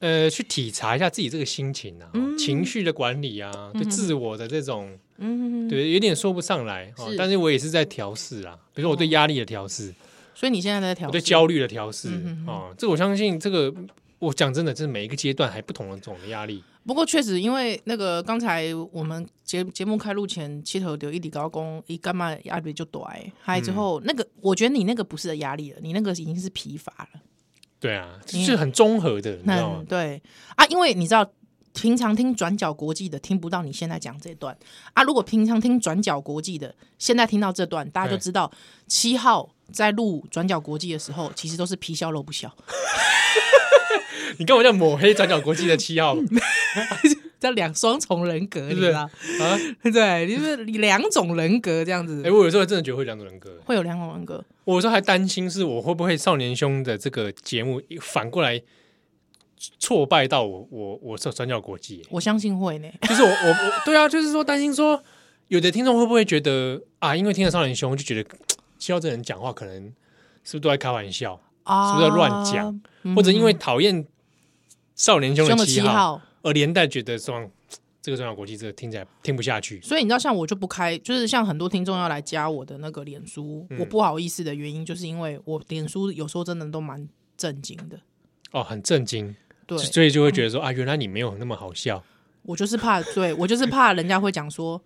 [SPEAKER 1] 呃，去体察一下自己这个心情啊，情绪的管理啊，对自我的这种，
[SPEAKER 2] 嗯，
[SPEAKER 1] 对，有点说不上来哦
[SPEAKER 2] 是。
[SPEAKER 1] 但是我也是在调试啊，比如说我对压力的调试，
[SPEAKER 2] 所以你现在在调
[SPEAKER 1] 我对
[SPEAKER 2] 试，
[SPEAKER 1] 焦虑的调试
[SPEAKER 2] 嗯哼
[SPEAKER 1] 哦，这我相信这个。我讲真的，这每一个阶段还不同的种的压力，
[SPEAKER 2] 不过确实，因为那个刚才我们节节目开录前，七头有一底高工，一干嘛压力就短，还之后、那个，我觉得你那个不是的压力了，你那个已经是疲乏了。
[SPEAKER 1] 对啊，
[SPEAKER 2] 嗯
[SPEAKER 1] 是很综合的，你知道
[SPEAKER 2] 那
[SPEAKER 1] 吗？
[SPEAKER 2] 对啊，因为你知道，平常听转角国际的听不到你现在讲这段啊。如果平常听转角国际的，现在听到这段，大家就
[SPEAKER 1] 哎
[SPEAKER 2] 知道七号在录转角国际的时候，其实都是皮笑肉不笑，
[SPEAKER 1] 你干嘛叫抹黑转角国际的七号
[SPEAKER 2] 这两双重人格，
[SPEAKER 1] 对
[SPEAKER 2] 你
[SPEAKER 1] 不
[SPEAKER 2] 知
[SPEAKER 1] 对
[SPEAKER 2] 道？
[SPEAKER 1] 啊？
[SPEAKER 2] 对，就是两种人格这样子
[SPEAKER 1] 哎、，我有时候真的觉得会两种人格。
[SPEAKER 2] 会有两种人格。
[SPEAKER 1] 我有时候还担心是我会不会少年兄的这个节目反过来挫败到我，我我是转角国际，
[SPEAKER 2] 我相信会呢。
[SPEAKER 1] 就是我我我对啊，就是说担心说有的听众会不会觉得啊，因为听了少年兄就觉得七号这人讲话可能是不是都在开玩笑，
[SPEAKER 2] 啊
[SPEAKER 1] 是不是在乱讲？或者因为讨厌少年兄
[SPEAKER 2] 凶
[SPEAKER 1] 的
[SPEAKER 2] 嗯的
[SPEAKER 1] 七
[SPEAKER 2] 七
[SPEAKER 1] 号，
[SPEAKER 2] 号，
[SPEAKER 1] 而连带觉得说这个转角国际这个听起来听不下去，
[SPEAKER 2] 所以你知道，像我就不开，就是像很多听众要来加我的那个脸书，
[SPEAKER 1] 嗯
[SPEAKER 2] 我不好意思的原因，就是因为我脸书有时候真的都蛮震惊的。
[SPEAKER 1] 哦，很震惊，
[SPEAKER 2] 对，
[SPEAKER 1] 所以就会觉得说啊，原来你没有那么好笑。
[SPEAKER 2] 我就是怕，对 我就是怕人家会讲说，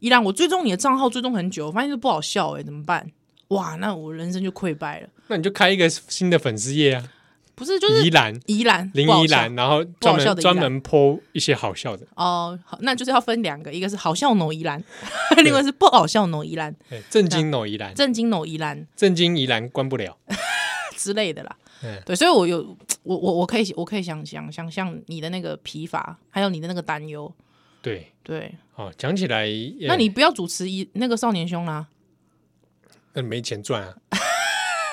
[SPEAKER 2] 依然我追踪你的账号追踪很久，发现都不好笑哎、怎么办？哇，那我人生就溃败了。
[SPEAKER 1] 那你就开一个新的粉丝页啊，
[SPEAKER 2] 不是，就是
[SPEAKER 1] 宜兰
[SPEAKER 2] 宜兰
[SPEAKER 1] 林
[SPEAKER 2] 不好
[SPEAKER 1] 宜
[SPEAKER 2] 笑
[SPEAKER 1] 兰，然后专
[SPEAKER 2] 笑
[SPEAKER 1] 门
[SPEAKER 2] 的宜
[SPEAKER 1] 专
[SPEAKER 2] 兰
[SPEAKER 1] 门剖一些好笑的，
[SPEAKER 2] 哦，好，那就是要分两个，一个是好笑挪宜兰， 另外是不好笑挪宜兰，
[SPEAKER 1] 哎震惊哦宜兰，
[SPEAKER 2] 震惊挪宜兰。
[SPEAKER 1] 震惊宜兰关不了，
[SPEAKER 2] 之类的啦。
[SPEAKER 1] 嗯
[SPEAKER 2] 对，所以我有我我我可以我可以想想想象你的那个疲乏，还有你的那个担忧。
[SPEAKER 1] 对，
[SPEAKER 2] 对，
[SPEAKER 1] 哦，讲起来，呃
[SPEAKER 2] 那你不要主持一那个少年兄啊啦，
[SPEAKER 1] 那没钱赚 啊，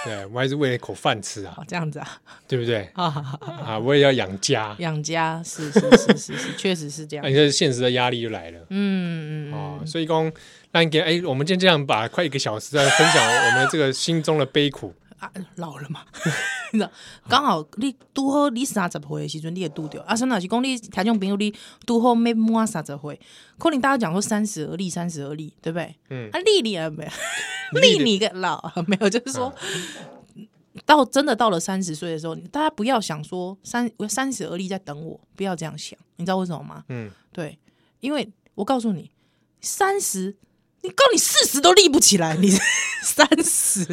[SPEAKER 1] 对我还是为了口饭吃啊，
[SPEAKER 2] 哦，这样子啊，
[SPEAKER 1] 对不 对
[SPEAKER 2] 哈哈哈
[SPEAKER 1] 啊？我也要养家，
[SPEAKER 2] 养家是是是是是，确实是这样
[SPEAKER 1] 那。这现实的压力就来了
[SPEAKER 2] 嗯嗯
[SPEAKER 1] 哦，
[SPEAKER 2] 嗯，
[SPEAKER 1] 所以讲，那你给哎，我们今天这样把快一个小时在分享我们这个心中的悲 苦，
[SPEAKER 2] 啊，老了嘛， 你知道，刚好你拄好你三十岁的时阵，你也拄着啊。像若是讲你台中朋友，你拄好没满三十岁，可能大家讲说三十而立，三十而立，对不对？
[SPEAKER 1] 嗯
[SPEAKER 2] 啊，立你啊没有。
[SPEAKER 1] 你啊
[SPEAKER 2] 立你个老没有，就是说，到真的到了三十岁的时候，大家不要想说三我三十而立在等我，不要这样想，你知道为什么吗？
[SPEAKER 1] 嗯，
[SPEAKER 2] 对，因为我告诉你，三十，你告你四十都立不起来，你 三十，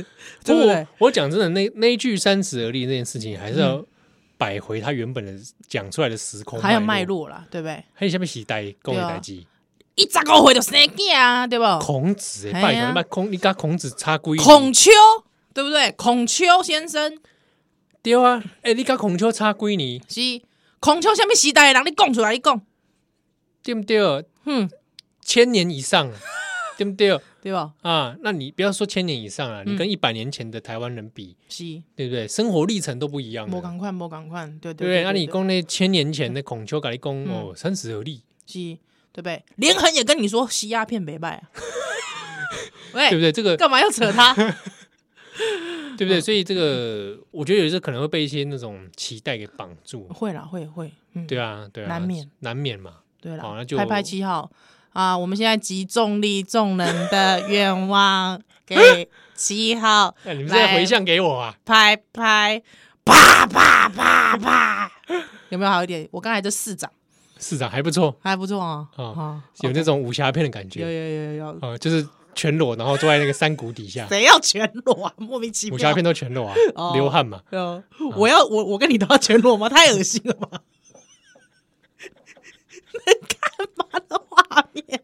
[SPEAKER 2] 对不对
[SPEAKER 1] 我？我讲真的，那那一句“三十而立”那件事情，还是要摆回它原本的讲出来的时空，
[SPEAKER 2] 嗯还有脉，络啊啦，对不对？
[SPEAKER 1] 还有下面洗呆，跟我代机。
[SPEAKER 2] 一十五岁就生囝啊，对不？
[SPEAKER 1] 孔子、欸，
[SPEAKER 2] 哎呀
[SPEAKER 1] 拜托，拜孔，你跟孔子差几？
[SPEAKER 2] 孔丘，对不对？孔丘先生
[SPEAKER 1] 对啊，哎、你跟孔丘差几年？
[SPEAKER 2] 是孔丘，下面时代的人，你讲出来，你讲，
[SPEAKER 1] 对不对？
[SPEAKER 2] 哼，
[SPEAKER 1] 千年以 上，对不对？
[SPEAKER 2] 对吧？
[SPEAKER 1] 啊，那你不要说千年以上啊，你
[SPEAKER 2] 嗯
[SPEAKER 1] 跟一百年前的台湾人比，
[SPEAKER 2] 是。
[SPEAKER 1] 对不对？生活历程都不一样
[SPEAKER 2] 无
[SPEAKER 1] 了，
[SPEAKER 2] 共款，无共款，对
[SPEAKER 1] 对
[SPEAKER 2] 对
[SPEAKER 1] 不对？那
[SPEAKER 2] 对嗯
[SPEAKER 1] 你
[SPEAKER 2] 对
[SPEAKER 1] 讲那千年前的孔丘，跟你讲哦，三十而立，
[SPEAKER 2] 是，对不对？连横也跟你说吸鸦片没卖啊，
[SPEAKER 1] 对 不
[SPEAKER 2] 喂，
[SPEAKER 1] 对？这个
[SPEAKER 2] 哎干嘛要 扯他？
[SPEAKER 1] 对不对？所以这个，我觉得有时候可能会被一些那种期待给绑住，
[SPEAKER 2] 会啦，会会，嗯，
[SPEAKER 1] 对啊，对啊，
[SPEAKER 2] 哦难免
[SPEAKER 1] 难免嘛。
[SPEAKER 2] 对啦
[SPEAKER 1] 好那，就
[SPEAKER 2] 拍拍七号啊，我们现在集众力众人的愿 望给七号
[SPEAKER 1] 那哎你们现在
[SPEAKER 2] 来
[SPEAKER 1] 回向给我啊，
[SPEAKER 2] 拍拍，啪啪啪啪， 有没有好一点？我刚才这市长
[SPEAKER 1] 市长还不错，
[SPEAKER 2] 还不错哦，
[SPEAKER 1] 哦
[SPEAKER 2] 哦
[SPEAKER 1] 有那种武侠片的感觉
[SPEAKER 2] 有。有有有有，，
[SPEAKER 1] 呃，就是全裸，然后坐在那个山谷底下
[SPEAKER 2] 谁要全裸啊？莫名其
[SPEAKER 1] 武侠
[SPEAKER 2] 妙
[SPEAKER 1] 片。都全裸啊，
[SPEAKER 2] 哦
[SPEAKER 1] 流汗嘛。
[SPEAKER 2] 哦，我要我我跟你都要全裸吗？太恶心了吧！ 能干嘛的画面？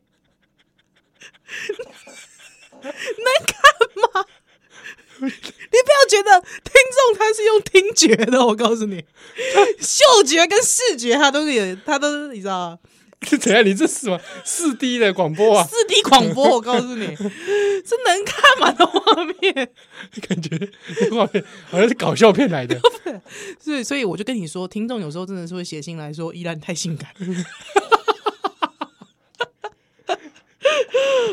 [SPEAKER 2] 能干嘛？ 你不要觉得听众他是用听觉的，我告诉你，嗅觉跟视觉他都有，他都你知道吗
[SPEAKER 1] 是怎样？你这是什么四 D 的广播啊？
[SPEAKER 2] 四 D 广播，我告诉你，是能看吗？的画面，
[SPEAKER 1] 感觉 那画面好像是搞笑片 来的。
[SPEAKER 2] 所以所以我就跟你说，听众有时候真的是会写信来说，依然太性感。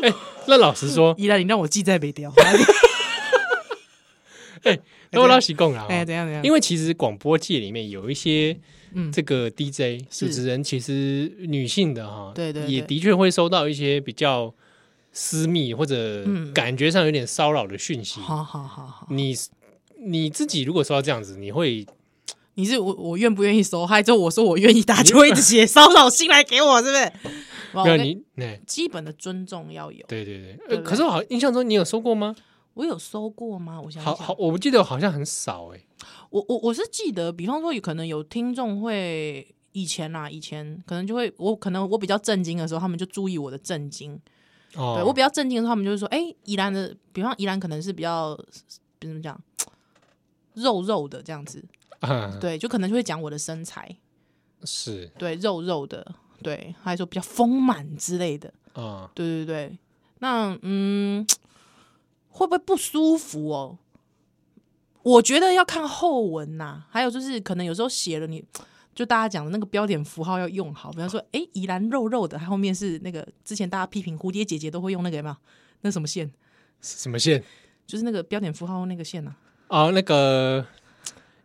[SPEAKER 1] 哎、那老实说，
[SPEAKER 2] 依然你让我记在北
[SPEAKER 1] 哦
[SPEAKER 2] 雕，
[SPEAKER 1] 哎、那我老实讲啦，哦
[SPEAKER 2] 哎，怎样怎样？
[SPEAKER 1] 因
[SPEAKER 2] 为
[SPEAKER 1] 为其实广播界里面有一些
[SPEAKER 2] 嗯
[SPEAKER 1] 这个 DJ 主持人，其实女性的哈，
[SPEAKER 2] 对对对
[SPEAKER 1] 也的确会收到一些比较私密或者
[SPEAKER 2] 嗯
[SPEAKER 1] 感觉上有点骚扰的讯息。
[SPEAKER 2] 好好好好，
[SPEAKER 1] 你你自己如果收到这样子，你会
[SPEAKER 2] 你是我我愿不愿意收害？之后我说我愿意，大家就会一直写骚扰信来给我，是不是？哇
[SPEAKER 1] 没有
[SPEAKER 2] 我跟
[SPEAKER 1] 你哎，
[SPEAKER 2] 基本的尊重要有。
[SPEAKER 1] 对对对，
[SPEAKER 2] 哦
[SPEAKER 1] 呃
[SPEAKER 2] 对不对
[SPEAKER 1] 可是我好印象中你有收过吗？
[SPEAKER 2] 我有收过吗？我想
[SPEAKER 1] 好
[SPEAKER 2] 想，
[SPEAKER 1] 好，我记得好像很少哎，
[SPEAKER 2] 我我我是记得，比方说有可能有听众会以前啦、以前可能就会我可能我比较震惊的时候，他们就注意我的震惊。对我
[SPEAKER 1] 哦
[SPEAKER 2] 比，较震惊的时候，他们就会说：“哎、宜兰的，比方宜兰可能是比较怎么讲，肉肉的这样子。
[SPEAKER 1] 啊，
[SPEAKER 2] 对，就可能就会讲我的身材，
[SPEAKER 1] 是
[SPEAKER 2] 对，肉肉的，对，还说比较丰满之类的。
[SPEAKER 1] 啊，
[SPEAKER 2] 对对对，那嗯，会不会不舒服哦？我觉得要看后文呐、还有就是可能有时候写了你。就大家讲的那个标点符号要用好，比方说，哎、宜兰肉肉的，它后面是那个之前大家批评蝴蝶姐姐都会用那个有没有？那什么线？
[SPEAKER 1] 什么线
[SPEAKER 2] 就是那个标点符号那个线呐、
[SPEAKER 1] 啊？那个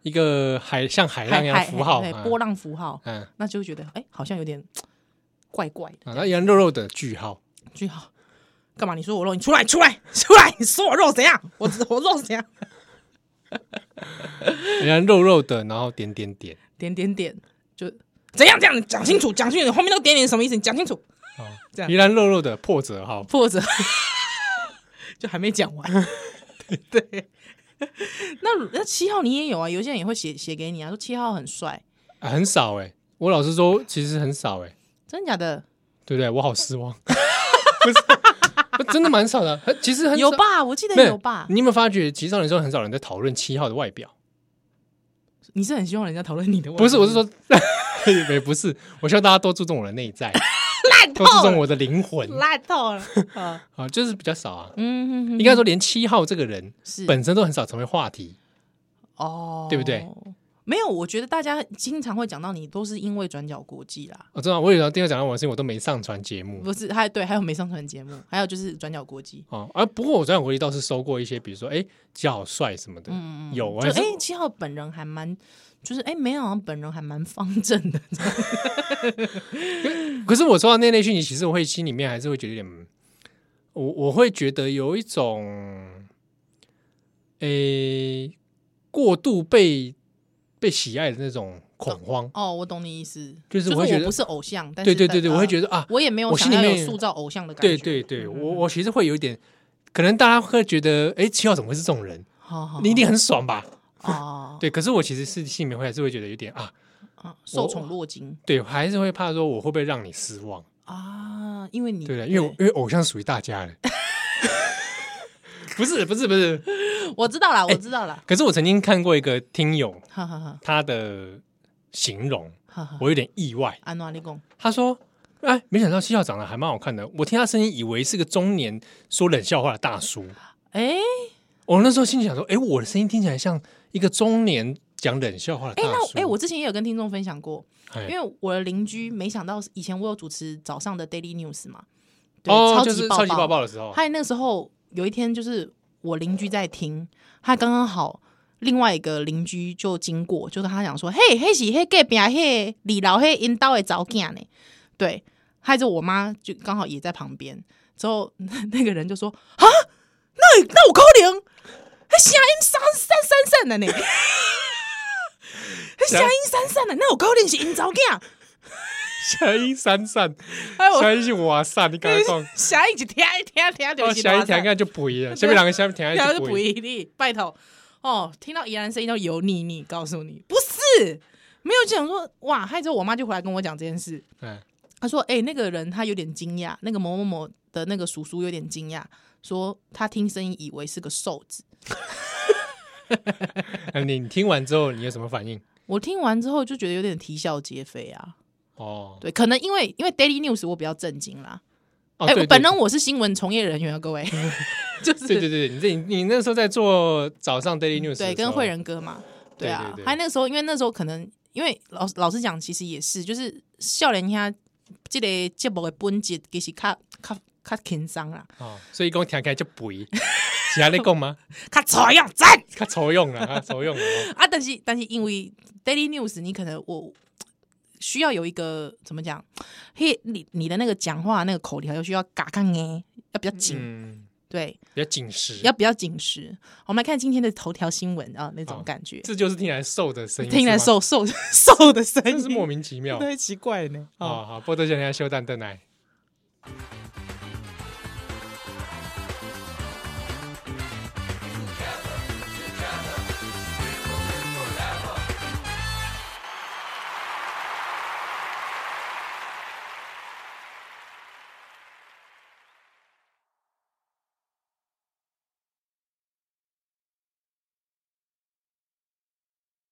[SPEAKER 1] 一个海像海
[SPEAKER 2] 啊，
[SPEAKER 1] 浪一样
[SPEAKER 2] 海
[SPEAKER 1] 的符号，
[SPEAKER 2] 海
[SPEAKER 1] 啊
[SPEAKER 2] 对波浪符号，
[SPEAKER 1] 嗯。
[SPEAKER 2] 那就会觉得哎、诶好像有点怪怪的。
[SPEAKER 1] 啊，那羊肉肉的句号，
[SPEAKER 2] 句号啊干嘛？你说我肉，你出来，出来，出来！你说我肉怎样？我我肉怎样？
[SPEAKER 1] 羊肉肉的，然后点点点，
[SPEAKER 2] 点点点，就怎样怎样？你讲清楚，讲清楚，你后面那个点点是什么意思？你讲清楚。
[SPEAKER 1] 啊，
[SPEAKER 2] 这样
[SPEAKER 1] 宜兰肉肉的破折号，
[SPEAKER 2] 或者 就还没讲完。 对，那那七号你也有啊？有些人也会写写给你啊，说七号很帅，
[SPEAKER 1] 啊很少哎、我老实说，其实很少哎、
[SPEAKER 2] 真的假的？
[SPEAKER 1] 对不对？我好失望， 不是，真的蛮少的，很其实很
[SPEAKER 2] 有
[SPEAKER 1] 少？
[SPEAKER 2] 吧？我记得
[SPEAKER 1] 没
[SPEAKER 2] 有吧？
[SPEAKER 1] 你有没有发觉，其实少年中很少人在讨论七号的外表？
[SPEAKER 2] 你是很希望人家讨论你的外
[SPEAKER 1] 不是，
[SPEAKER 2] 貌
[SPEAKER 1] 我是说， 也不是，我希望大家多注重我的内在，多注重我的灵 魂
[SPEAKER 2] 烂透了。啊
[SPEAKER 1] 啊，就是比较少啊。
[SPEAKER 2] 嗯哼哼，
[SPEAKER 1] 应该说，连七号这个人
[SPEAKER 2] 是
[SPEAKER 1] 本身都很少成为话题。
[SPEAKER 2] 哦，
[SPEAKER 1] 对不对？
[SPEAKER 2] 没有，我觉得大家经常会讲到你，都是因为转角国际啦，
[SPEAKER 1] 我知哦啊道，我有时候第二讲到我的事情，我都没上传节目。
[SPEAKER 2] 不是？还对，还有没上传节目，还有就是转角国际，
[SPEAKER 1] 哦，啊，不过我在回忆倒是收过一些，比如说哎，叫帅什么的，
[SPEAKER 2] 嗯，嗯嗯
[SPEAKER 1] 有啊
[SPEAKER 2] 就
[SPEAKER 1] 是
[SPEAKER 2] 哎，七号本人还蛮，就是哎，没有，好像本人还蛮方正 的，
[SPEAKER 1] 可是我收到那类讯息，其实我会心里面还是会觉得有点，我我会觉得有一种，诶、过度被被喜爱的那种恐慌。
[SPEAKER 2] 哦，我懂你意思，
[SPEAKER 1] 就是
[SPEAKER 2] 是
[SPEAKER 1] 我会觉得
[SPEAKER 2] 不是偶像，但是
[SPEAKER 1] 对对对对，我会觉
[SPEAKER 2] 得，
[SPEAKER 1] 得啊，
[SPEAKER 2] 我也没有
[SPEAKER 1] 我
[SPEAKER 2] 想
[SPEAKER 1] 心里
[SPEAKER 2] 要有
[SPEAKER 1] 面
[SPEAKER 2] 塑造偶像的感
[SPEAKER 1] 对
[SPEAKER 2] 觉，
[SPEAKER 1] 对对，
[SPEAKER 2] 嗯
[SPEAKER 1] 我我其实会有一点，可能大家会觉得，哎、七号怎么会是这种人？
[SPEAKER 2] 好好，
[SPEAKER 1] 你一定很爽吧？
[SPEAKER 2] 好哦，
[SPEAKER 1] 对，可是我其实是心里面会还是会觉得有点啊，
[SPEAKER 2] 啊受宠若惊
[SPEAKER 1] 对，还是会怕说我会不会让你失望，
[SPEAKER 2] 啊，因为你
[SPEAKER 1] 对不对？因为我因为偶像属于大家的， 不是不是不是，
[SPEAKER 2] 我知道
[SPEAKER 1] 哎
[SPEAKER 2] 啦，我知道啦，
[SPEAKER 1] 可是我曾经看过一个听友
[SPEAKER 2] 哈哈哈
[SPEAKER 1] 他的形容，
[SPEAKER 2] 哈哈，
[SPEAKER 1] 我有点意外。
[SPEAKER 2] 安诺利贡，
[SPEAKER 1] 他说：“哎，没想到西校长得还蛮好看的。我听他声音，以为是个中年说冷笑话的大叔。
[SPEAKER 2] 哎。
[SPEAKER 1] 我那时候心里想说：，哎，我的声音听起来像一个中年讲冷笑话的
[SPEAKER 2] 哎、
[SPEAKER 1] 大
[SPEAKER 2] 那
[SPEAKER 1] 叔。
[SPEAKER 2] 哎、我之前也有跟听众分享过，因
[SPEAKER 1] 哎
[SPEAKER 2] 为我的邻居没想到以前我有主持早上的 Daily News 嘛，对，
[SPEAKER 1] 哦，
[SPEAKER 2] 超
[SPEAKER 1] 就是
[SPEAKER 2] 级
[SPEAKER 1] 超级
[SPEAKER 2] 爆
[SPEAKER 1] 爆，爆的时候，
[SPEAKER 2] 嗨，那时候有一天就是我邻居在听，他刚刚好另外一个邻居就经过，就跟他讲说：“嘿，嘿是嘿隔壁嘿李老嘿因兜的早囝呢。”对，害着我妈就刚好也在旁边，之后那个人就说：“啊，那那我可能，嘿声音闪闪闪闪的呢， 嘿声音闪闪的，那我可能是因早囝。”
[SPEAKER 1] 声音闪闪，
[SPEAKER 2] 哎， 我
[SPEAKER 1] 声音是哇塞，你敢讲？
[SPEAKER 2] 声音一听一听听 就
[SPEAKER 1] 哦，
[SPEAKER 2] 是
[SPEAKER 1] 下一条
[SPEAKER 2] 大声
[SPEAKER 1] 应该就不一样，下面两个下面条应该
[SPEAKER 2] 然后
[SPEAKER 1] 哎就
[SPEAKER 2] 就
[SPEAKER 1] 不
[SPEAKER 2] 不
[SPEAKER 1] 一样。
[SPEAKER 2] 一定，拜托哦，听到宜兰声音都油腻腻，告诉你不是，没有讲说哇，害之后我妈就回来跟我讲这件事，
[SPEAKER 1] 嗯，
[SPEAKER 2] 她说哎、欸那个人他有点惊讶，那个某某某的那个叔叔有点惊讶，说他听声音以为是个瘦子。
[SPEAKER 1] 哎哎你你听完之后，你有什么反应？
[SPEAKER 2] 我听完之后就觉得有点啼笑皆非啊，
[SPEAKER 1] 哦，
[SPEAKER 2] 对，可能因为因为 Daily News 我比较震惊啦。
[SPEAKER 1] 哦，
[SPEAKER 2] 哎、
[SPEAKER 1] 对，对
[SPEAKER 2] 本人我是新闻从业人员啊，各位， 就是
[SPEAKER 1] 对对对，对你这你那时候在做早上 Daily News，的
[SPEAKER 2] 对，
[SPEAKER 1] 时
[SPEAKER 2] 嗯跟
[SPEAKER 1] 候
[SPEAKER 2] 慧仁哥嘛，对啊，
[SPEAKER 1] 对对对
[SPEAKER 2] 还有那个时候，因为那时候可能，因为老老实讲，其实也是，就是笑脸下这个节目的本质其实较较较轻松啦，
[SPEAKER 1] 哦，所以讲听起来就肥，其他在讲 吗？
[SPEAKER 2] 较采用赞
[SPEAKER 1] 较愁用了，较愁用了 哦。
[SPEAKER 2] 啊，但是但是因为 Daily News，你可能我需要有一个怎么讲，嘿，你你的那个讲话那个口条又需要嘎嘎哎，要比较紧，
[SPEAKER 1] 嗯，
[SPEAKER 2] 对，
[SPEAKER 1] 比较紧实，
[SPEAKER 2] 要比较紧实。我们来看今天的头条新闻啊，那种
[SPEAKER 1] 哦
[SPEAKER 2] 感觉，
[SPEAKER 1] 这就是听起来瘦的声音，
[SPEAKER 2] 听起来
[SPEAKER 1] 是吗，
[SPEAKER 2] 瘦瘦瘦的声
[SPEAKER 1] 真是
[SPEAKER 2] 音，
[SPEAKER 1] 莫名其妙哦
[SPEAKER 2] 对，奇怪呢，哦
[SPEAKER 1] 啊！好，波多先生修蛋蛋奶，